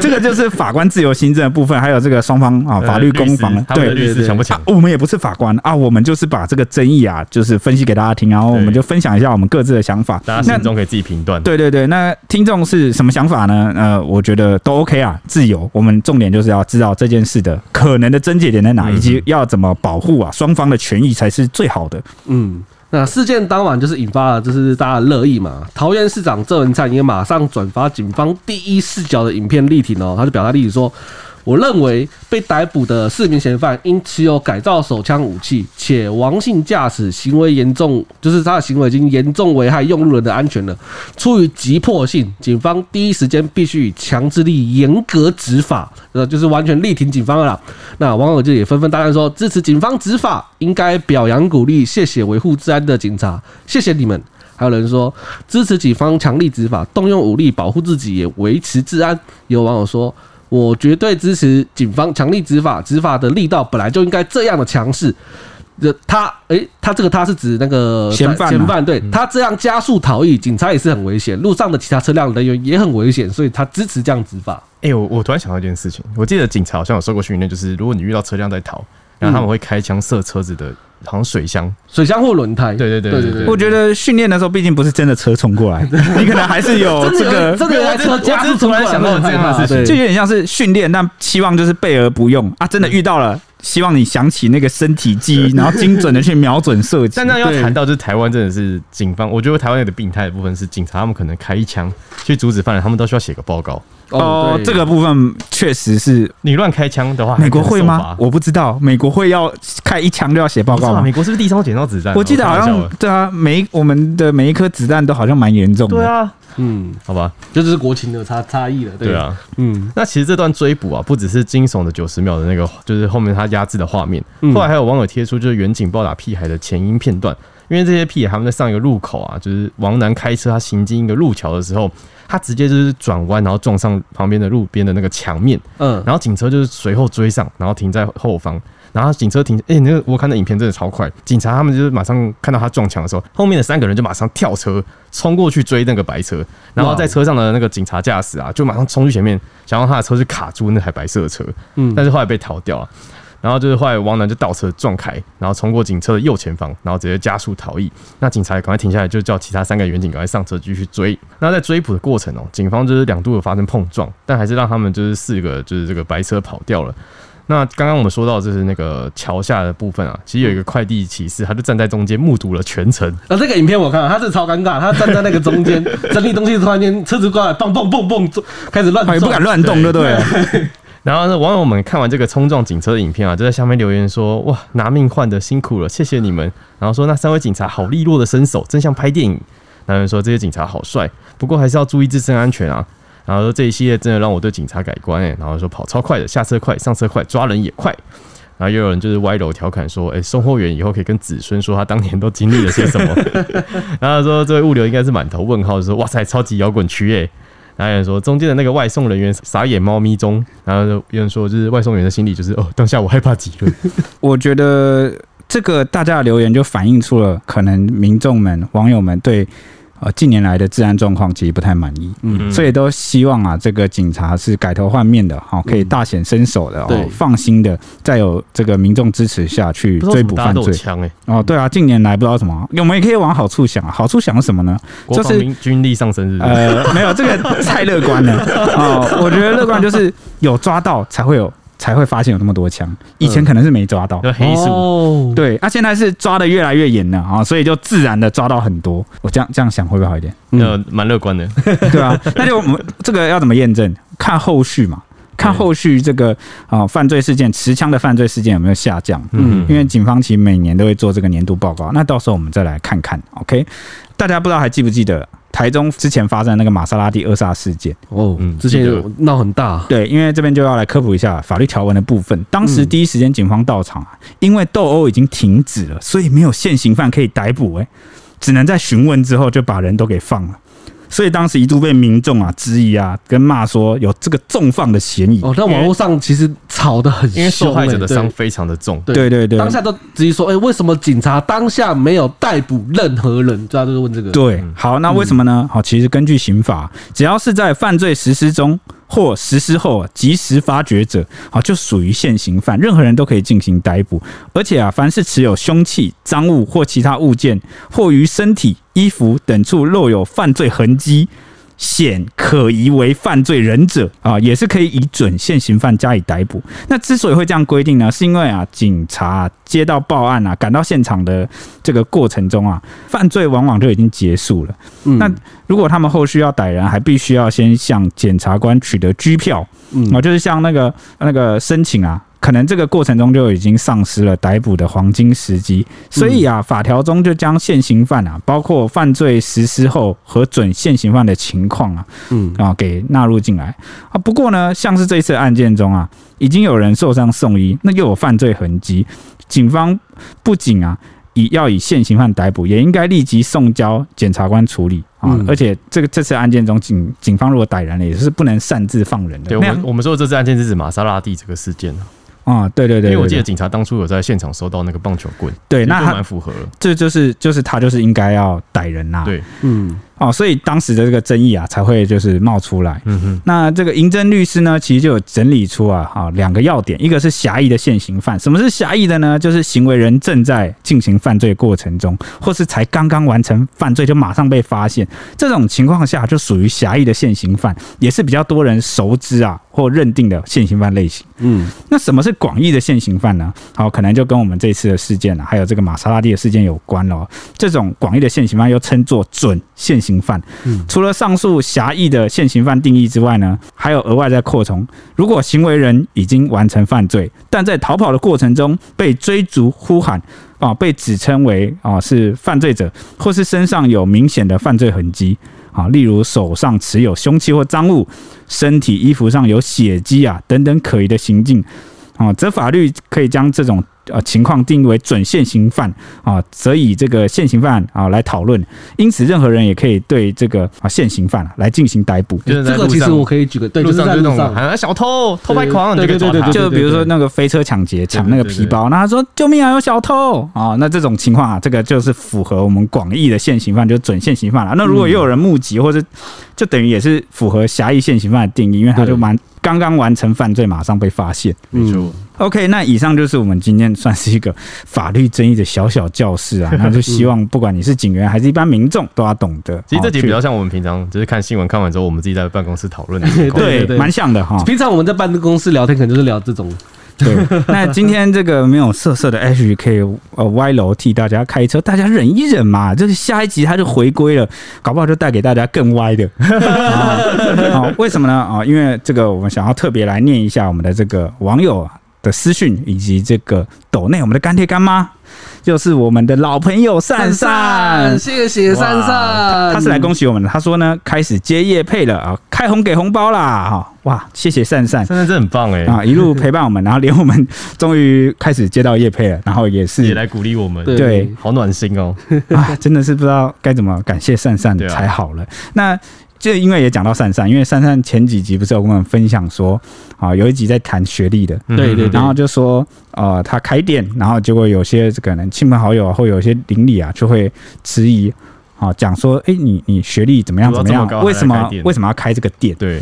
B: 这个就是法官自由行政的部分，还有这个双方啊法律攻防
C: 呃律
B: 了对，
C: 师他们的律师强不强
B: 啊？我们也不是法官啊，我们就是把这个争议啊，就是分析给大家听，然后我们
C: 对
B: 就分享一下我们各自的想法。
C: 大家
B: 那
C: 心中可以自己评断。
B: 对对对，那听众是什么想法呢？呃，我觉得都 OK 啊，自由。我们重点就是要知道这件事的可能的症结点在哪，
C: 嗯
B: 以及要怎么保护啊双方的权益才是最好的。
D: 嗯。那事件当晚就是引发了，就是大家的热议嘛。桃园市长郑文灿也马上转发警方第一视角的影片力挺哦，他就表达立体说，我认为被逮捕的四名嫌犯因持有改造手枪武器且王性驾驶行为严重，就是他的行为已经严重危害用路人的安全了。出于急迫性，警方第一时间必须以强制力严格执法，呃，就是完全力挺警方了啦。那网友就也纷纷大赞说，支持警方执法，应该表扬鼓励，谢谢维护治安的警察，谢谢你们。还有人说支持警方强力执法，动用武力保护自己，也维持治安。有网友说。我绝对支持警方强力执法，执法的力道本来就应该这样的强势。呃，他，诶、他这个他是指那个
B: 嫌犯啊
D: 嫌犯，对他这样加速逃逸，警察也是很危险，路上的其他车辆人员也很危险，所以他支持这样执法。
C: 哎、我我突然想到一件事情，我记得警察好像有受过训练，就是如果你遇到车辆在逃，然
B: 嗯
C: 后他们会开枪射车子的，好像水箱，
D: 水箱或轮胎，
C: 对对对
D: 对
C: 对
D: 对
C: 对
B: 我觉得训练的时候，毕竟不是真的车冲过 来，你可能还是有
C: 哦
D: 真
B: 这
D: 的有
B: 个。
D: 真的有台车加速冲过来
C: 我只是突然想到这样的事情
D: 对
B: 就有点像是训练，但希望就是备而不用啊！真的遇到了，希望你想起那个身体记忆，然后精准的去瞄准射击
C: 但。那要
D: 对
C: 谈到就是台湾真的是警方，我觉得台湾有点病态的部分是警察他们可能开一枪去阻止犯人，他们都需要写个报告。
B: 哦，这个部分确实是
C: 你乱开枪的话，
B: 美国会
C: 啊还可以受
B: 吗
C: 罚？
B: 我不知道，美国会要开一枪就要写报
C: 不是
B: 告
C: 吧
B: 吗
C: 美？国是不是地上都捡到子弹啊？
B: 我记得好
C: 开玩笑
B: 像
C: 的
B: 对啊，每一我们的每一颗子弹都好像蛮严重
C: 对
B: 的。
C: 啊，
D: 嗯，
C: 好吧，
D: 这就是国情的差差异了，
C: 对，啊。
D: 嗯，
C: 那其实这段追捕啊，不只是惊悚的九十秒的那个，就是后面他压制的画面，
D: 嗯
C: 后来还有网友贴出就是远警暴打屁孩的前因片段，因为这些屁孩他们在上一个路口啊，就是王楠开车他行经一个路桥的时候，他直接就是转弯，然后撞上旁边的路边的那个墙面，
D: 嗯，
C: 然后警车就是随后追上，然后停在后方。然后警车停，哎、那个我看那影片真的超快，警察他们就是马上看到他撞墙的时候，后面的三个人就马上跳车冲过去追那个白车，然后在车上的那个警察驾驶啊，就马上冲去前面，想让他的车去卡住那台白色的车，
D: 嗯
C: 但是后来被逃掉了。啊然后就是后来王楠就倒车撞开，然后冲过警车的右前方，然后直接加速逃逸。那警察也赶快停下来，就叫其他三个远警赶快上车继续追。那在追捕的过程哦，警方就是两度有发生碰撞，但还是让他们就是四个就是这个白车跑掉了。那刚刚我们说到就是那个桥下的部分啊，其实有一个快递骑士，他就站在中间目睹了全程。
D: 啊，这个影片我看了，他是超尴尬，他站在那个中间 整理东西，突然间车子过来，蹦蹦蹦蹦，撞开始乱
C: 哦
B: 哎，
D: 撞，
B: 不敢乱动，对不对了？
C: 然后呢，网友们看完这个冲撞警车的影片啊，就在下面留言说：“哇，拿命换的辛苦了，谢谢你们。”然后说那三位警察好利落的身手，真像拍电影。然后有人说这些警察好帅，不过还是要注意自身安全啊。然后说这一系列真的让我对警察改观哎、然后说跑超快的，下车快，上车快，抓人也快。然后又有人就是歪楼调侃说：“哎、送货员以后可以跟子孙说他当年都经历了些什么。” 然后说这位物流应该是满头问号，说：“哇塞，超级摇滚区哎、然后有人说中间的那个外送人员傻眼猫咪中，然后有人说就是外送员的心里就是哦，当下我害怕极了。
B: 我觉得这个大家的留言就反映出了可能民众们、网友们对呃近年来的治安状况其实不太满意，
C: 嗯
B: 所以都希望啊这个警察是改头换面的哈、哦可以大显身手的、
D: 对
B: 哦，放心的在有这个民众支持下去
C: 不知道
B: 追
C: 为什么
B: 捕
C: 大家
B: 犯
C: 都有
B: 罪。
C: 枪哎、
B: 哦，对啊，近年来不知道什么，我们也可以往好处想啊，好处想是什么呢？
C: 国防兵军力上升是不是？
B: 呃，没有这个太乐观了哦，我觉得乐观就是有抓到才会有。才会发现有那么多枪，以前可能是没抓到，
C: 就黑数，
D: 哦，
B: 对，他、现在是抓的越来越严了啊，所以就自然的抓到很多。我这样这样想会不会好一点？
D: 嗯
C: 呃，蛮乐观的。
B: 对啊，那就我们这个要怎么验证？看后续嘛，看后续这个啊、呃犯罪事件持枪的犯罪事件有没有下降。
C: 嗯
B: 因为警方其实每年都会做这个年度报告，那到时候我们再来看看。OK，大家不知道还记不记得台中之前发生那个玛莎拉蒂扼杀事件？
D: 哦
C: 嗯，
D: 之前有闹很大，
B: 对，因为这边就要来科普一下法律条文的部分。当
D: 嗯
B: 时第一时间警方到场啊，因为斗殴已经停止了，所以没有现行犯可以逮捕、欸，只能在询问之后就把人都给放了。所以当时一度被民众啊质疑啊，跟骂说有这个重放的嫌疑。
D: 哦，但网络上其实吵得很凶、欸，
C: 因为受害者的
D: 对
C: 伤非常的重，
D: 对
B: 对对对，
D: 当下都质疑说，哎、为什么警察当下没有逮捕任何人？大家都是问这个。嗯
B: 对，好，那为什么呢？好，其实根据刑法，只要是在犯罪实施中或实施后及时发觉者，好，就属于现行犯，任何人都可以进行逮捕。而且啊，凡是持有凶器、赃物或其他物件，或于身体、衣服等处露有犯罪痕迹。显可疑为犯罪人者啊，也是可以以准现行犯加以逮捕。那之所以会这样规定呢，是因为啊，警察、接到报案啊，赶到现场的这个过程中啊，犯罪往往就已经结束了。
D: 嗯
B: 那如果他们后续要逮人，还必须要先向检察官取得拘票，
D: 嗯
B: 啊，就是像那个那个申请啊，可能这个过程中就已经丧失了逮捕的黄金时机，所以啊，法条中就将现行犯啊，包括犯罪实施后和准现行犯的情况啊，
D: 嗯
B: 啊给纳入进来啊。不过呢，像是这次案件中啊，已经有人受伤送医，那又有犯罪痕迹，警方不仅啊以要以现行犯逮捕，也应该立即送交检察官处理啊。
D: 嗯
B: 而且这个这次案件中，警警方如果逮人了，也是不能擅自放人的。
C: 对我
B: 那样
C: 们我们说的这次案件是指玛莎拉蒂这个事件啊，
B: 啊、对对对对
C: 因为我记得
B: 对
C: 警察当初有在现场收到那个棒球棍，
B: 对，那
C: 其实都
B: 他
C: 蛮符合的，
B: 这就是就是他就是应该要逮人呐、
C: 对，
D: 嗯，
B: 哦，所以当时的这个争议啊才会就是冒出来。
C: 嗯哼，
B: 那这个银针律师呢，其实就有整理出啊，哈、两个要点，一个是狭义的现行犯，什么是狭义的呢？就是行为人正在进行犯罪过程中，或是才刚刚完成犯罪就马上被发现，这种情况下就属于狭义的现行犯，也是比较多人熟知啊或认定的现行犯类型。
D: 嗯，
B: 那什么是广义的现行犯呢？好，可能就跟我们这次的事件啊，还有这个玛莎拉蒂的事件有关咯。这种广义的现行犯又称作准现行犯。
D: 嗯
B: 除了上述狭义的现行犯定义之外呢，还有额外在扩充：如果行为人已经完成犯罪，但在逃跑的过程中被追逐、呼喊。啊，被指称为啊是犯罪者，或是身上有明显的犯罪痕迹啊，例如手上持有凶器或赃物，啊身体、衣服上有血迹啊等等可疑的行径，啊，则法律可以将这种呃情况定义为准现行犯啊，则以这个现行犯啊来讨论。因此，任何人也可以对这个啊现行犯、啊、来进行逮捕。
C: 就是在
D: 这
C: 路
D: 个其实
C: 上
D: 我可以举个，对，就
C: 路
D: 是
C: 上
D: 在
C: 就那
D: 路
C: 种
D: 上，
C: 喊啊小偷偷拍狂，你
D: 对
C: 就
D: 对
C: 可以抓
D: 对对对
C: 他。
B: 就比如说那个飞车抢劫，抢那个皮包，那他说救命啊，有小偷啊、那这种情况啊，这个就是符合我们广义的现行犯，就是准现行犯了。那如果又有人目击，或者就等于也是符合狭义现行犯的定义，因为他就蛮刚刚完成犯罪，马上被发现。
D: 嗯
C: 没错，
B: OK，那以上就是我们今天算是一个法律争议的小小教室啊，那就希望不管你是警员还是一般民众，都要懂得。
C: 其实这集
B: 哦
C: 比较像我们平常就是看新闻看完之后，我们自己在办公室讨 论的情
B: 去
C: 况。
D: 对对
B: 对，
D: 对
B: 蛮像的哈。
D: 啊平常我们在办公室聊天，可能就是聊这种，
B: 对， 那今天这个没有色色的 H 可以呃歪楼替大家开车，大家忍一忍嘛，就是下一集他就回归了，搞不好就带给大家更歪的。 啊、哦为什么呢？啊、因为这个我们想要特别来念一下我们的这个网友的私讯，以及这个抖内我们的干爹干妈，就是我们的老朋友善善。
D: 谢谢
B: 哇
D: 珊珊，
B: 他是来恭喜我们的。他说呢，开始接业配了啊，开红给红包啦！哈、哇，谢谢善善，
C: 珊珊真的很棒哎，
B: 啊，一路陪伴我们，然后连我们终于开始接到叶配了，然后也
C: 也
B: 是
C: 来鼓励我们，
D: 对
B: 对
C: 好暖心哦。
B: 啊，真的是不知道该怎么感谢善善
C: 对啊
B: 才好了。那这因为也讲到善善，因为善善前几集不是有跟我们分享说啊，有一集在谈学历的，
C: 嗯
D: 对对对
B: 然后就说呃，他开店，然后结果有些可能亲朋好友啊或有一些邻里啊就会质疑。啊，讲说，哎、你你学历怎么样？
C: 读
B: 怎
C: 到
B: 么
C: 这么
B: 样
C: 高？还
B: 为什么
C: 开店
B: 为什么要开这个店？
C: 对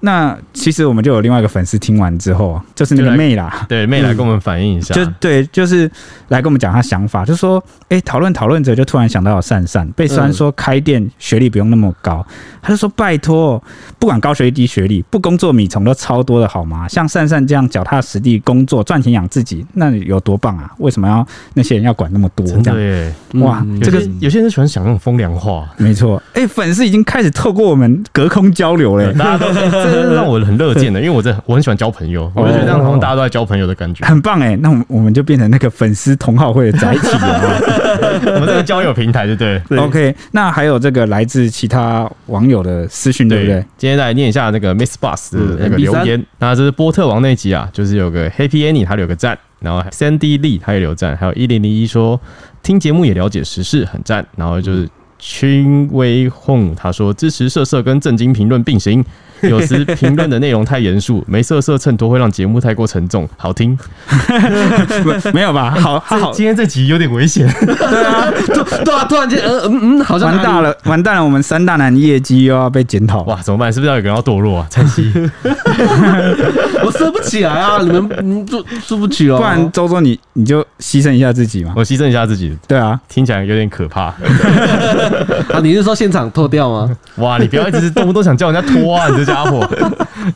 B: 那其实我们就有另外一个粉丝听完之后啊，就是那
C: 就
B: 个
C: 来
B: 妹啦，
C: 对，妹来跟我们反映一下，
B: 就对，就是来跟我们讲他想法，就说，哎、讨论讨论着，就突然想到了善善被酸说开店学历不用那么高，他就说拜托，不管高学历低学历，不工作米虫都超多的好吗？像善善这样脚踏实地工作赚钱养自己，那有多棒啊？为什么要那些人要管那么多？
C: 真
B: 这
C: 的
B: 样
C: 耶。
B: 哇
D: 嗯
B: 啊这
C: 这
B: 个
C: 个有些人喜欢 讲那种风凉话，
B: 没错，哎、粉丝已经开始透过我们隔空交流嘞、
C: 大家都欸
B: 这
C: 是让我很乐见的，因为我这我很喜欢交朋友，我就觉得这样好像大家都在交朋友的感 觉。
B: 很棒哎、那我们我们就变成那个粉丝同好会的载体了。
C: 我们这个交友平台，对不对？
B: 对 OK，那还有这个来自其他网友的私讯，对不对？
C: 今天来念一下那个 Miss Bus 的那个
D: 嗯
C: 留
D: MP3
C: 言。那这是波特王那一集啊，就是有个 Happy Annie，他留个赞，然后 Sandy Lee 他也留赞，还有一零零一说听节目也了解时事，很赞。然后就是 Chin Wei Hong 他说支持色色跟正经评论并行。有时评论的内容太严肃， 没色色衬托会让节目太过沉重，好听。
B: 不没有 吧？好，他好，
C: 今天这集有点危险，
D: 对啊，突然间，呃嗯嗯，好像
B: 完
D: 哪
B: 蛋
D: 里，
B: 了，完蛋了，我们三大男业绩又要被检讨。
C: 哇，怎么办？是不是要有个人要堕 落啊？蔡西，
D: 我升不起来啊！你们嗯，住住不 起哦，
B: 不然周周你你就牺牲一下自己嘛。
C: 我牺牲一下自己，
B: 对啊，
C: 听起来有点可怕。
D: 啊，你是说现场脱掉吗？
C: 哇，你不要一直动不动想叫人家脱啊，你这家伙。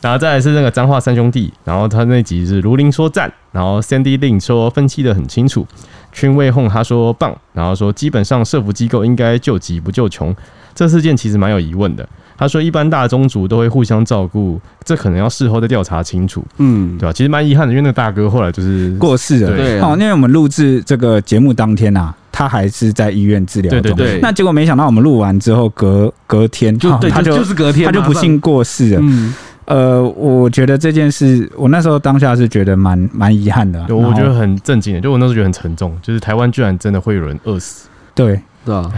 C: 然后再来是那个脏话三兄弟，然后他那集是卢林说赞，然后 Sandy Lin 说分析的很清楚，君卫哄他说棒，然后说基本上社服机构应该救急不救穷，这事件其实蛮有疑问的。他说一般大宗族都会互相照顾，这可能要事后再调查清楚，
D: 嗯
C: 对，吧、其实蛮遗憾的，因为那个大哥后来就是
B: 过世了。
D: 对啊
B: 哦，因为我们录制这个节目当天啊，他还是在医院治疗中。
C: 对对
D: 对
B: 那结果没想到我们录完之后，隔隔天
D: 就
B: 哦
D: 对，
B: 他
D: 就就是隔天
B: 他就不
D: 马上，
B: 幸过世了。
D: 嗯，
B: 呃，我觉得这件事，我那时候当下是觉得蛮蛮遗憾的啊。
C: 对，我觉
B: 然
C: 得
B: 后
C: 很震惊的，就我那时候觉得很沉重，就是台湾居然真的会有人饿死。
B: 对，
D: 对啊，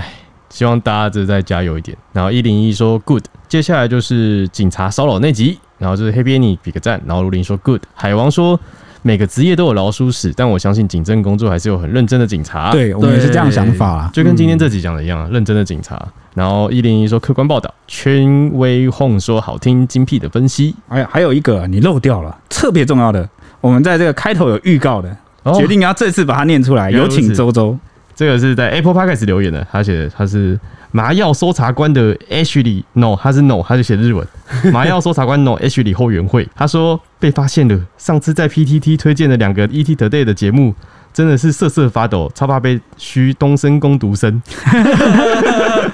C: 希望大家这再加油一点。然后一零一说 good，接下来就是警察骚扰那集，然后就是黑边你比个赞，然后卢林说 good，海王说每个职业都有老鼠屎，但我相信警政工作还是有很认真的警
D: 啊
C: 察。，
B: 对我们也是这样想法啊。
C: 就跟今天这集讲的一样啊，认真的警察。然后一零一说客观报道，圈威哄说好听精辟的分析，
B: 还哎有还有一个你漏掉了，特别重要的，我们在这个开头有预告的，
C: 哦
B: 决定要这次把它念出来。
C: 原来
B: 有
C: 如此
B: 请周周。
C: 这个是在 Apple Podcast 留言的，他写的他是麻药搜查官的 Ashley No，他是 No，他就写日文。麻药搜查官 No Ashley 后援会，他说被发现了，上次在 PTT 推荐的两个 ET Today 的节目。真的是瑟瑟发抖，超怕被虚东升攻读生。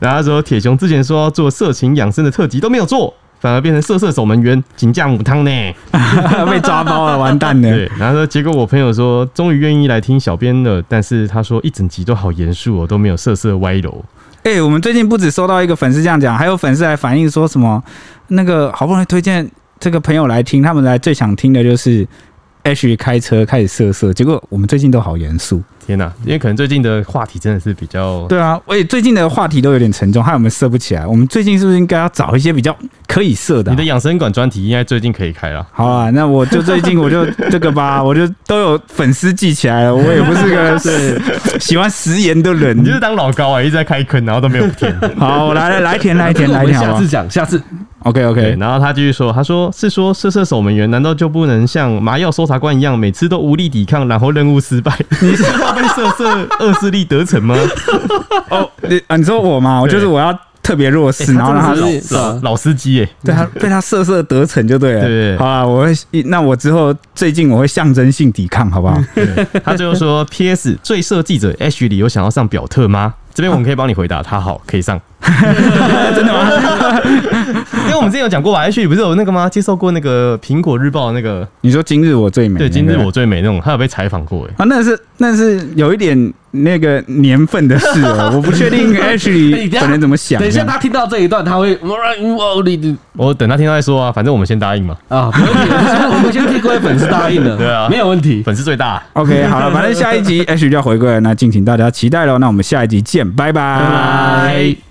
C: 然后他说，铁雄之前说要做色情养生的特辑都没有做，反而变成色色守门员，井架母汤呢。
B: 被抓包了，完蛋了。
C: 对，然后说结果我朋友说终于愿意来听小编了，但是他说一整集都好严肃哦，都没有色色歪楼。
B: 哎、我们最近不止收到一个粉丝这样讲，还有粉丝来反映说什么，那个好不容易推荐这个朋友来听，他们来最想听的就是 H 开车开始瑟瑟，结果我们最近都好严肃。
C: 天哪、因为可能最近的话题真的是比较
B: 对啊，喂、最近的话题都有点沉重，害我们瑟不起来。我们最近是不是应该要找一些比较可以瑟的啊、
C: 你的养生馆专题应该最近可以开了。
B: 好啊，那我就最近我就 这个吧，我就都有粉丝记起来了。我也不是 个喜欢食言的
C: 你就是
B: 人。
C: 当老高啊，一直在开坑，然后都没有 填。
B: 好，我来来来填来
D: 这
B: 填
D: 个我
B: 来
D: 们
B: 填好啊
D: 下
B: 不
D: 次讲，下次
B: OK
C: 对，
B: OK，
C: 然后他继续说，他说是说色色守门员难道就不能像麻药搜查官一样，每次都无力抵抗，然后任务失败？你是怕被色色恶势力得 逞吗？
B: 哦，你啊，你说我嘛，我就是我要特别弱势，
D: 哎
C: 欸
B: 然后让他
C: 他真
B: 老
C: 的
D: 是
C: 老
D: 啊
C: 老司机耶、
B: 对他被他瑟瑟得逞就对了。
C: 对
B: 好啊，我会那我之后最近我会象征性抵抗，好不
D: 嗯
B: 好？
C: 他最后说：“P.S. 最社记者 H 里有想要上表特吗？”这边我们可以帮你回答，他好，可以上。
B: 真的吗？
C: 因为我们之前有讲过吧，H 里不是有那个吗？接受过那个苹果日报那个
B: 你说今日我最美，
C: 对“今日
B: 那个
C: 我最美”那种，他有被采访过哎。
B: 啊，那是那是有一点那个年份的事哦，我不确 定
D: 哎你
B: Ashley
D: 等下
B: 本人怎么想。
D: 等一下他听到这一段，他会哇你你
C: 我等他听到再说啊，反正我们先答应嘛，
D: 啊，没问题，我们先我们先替各位粉丝答应了，
C: 对啊
D: 没有问题，
C: 粉丝最大、啊
B: OK，好了，反正下一集 Ashley 就要回归了，那敬请大家期待喽。那我们下一集见，拜拜
D: 拜。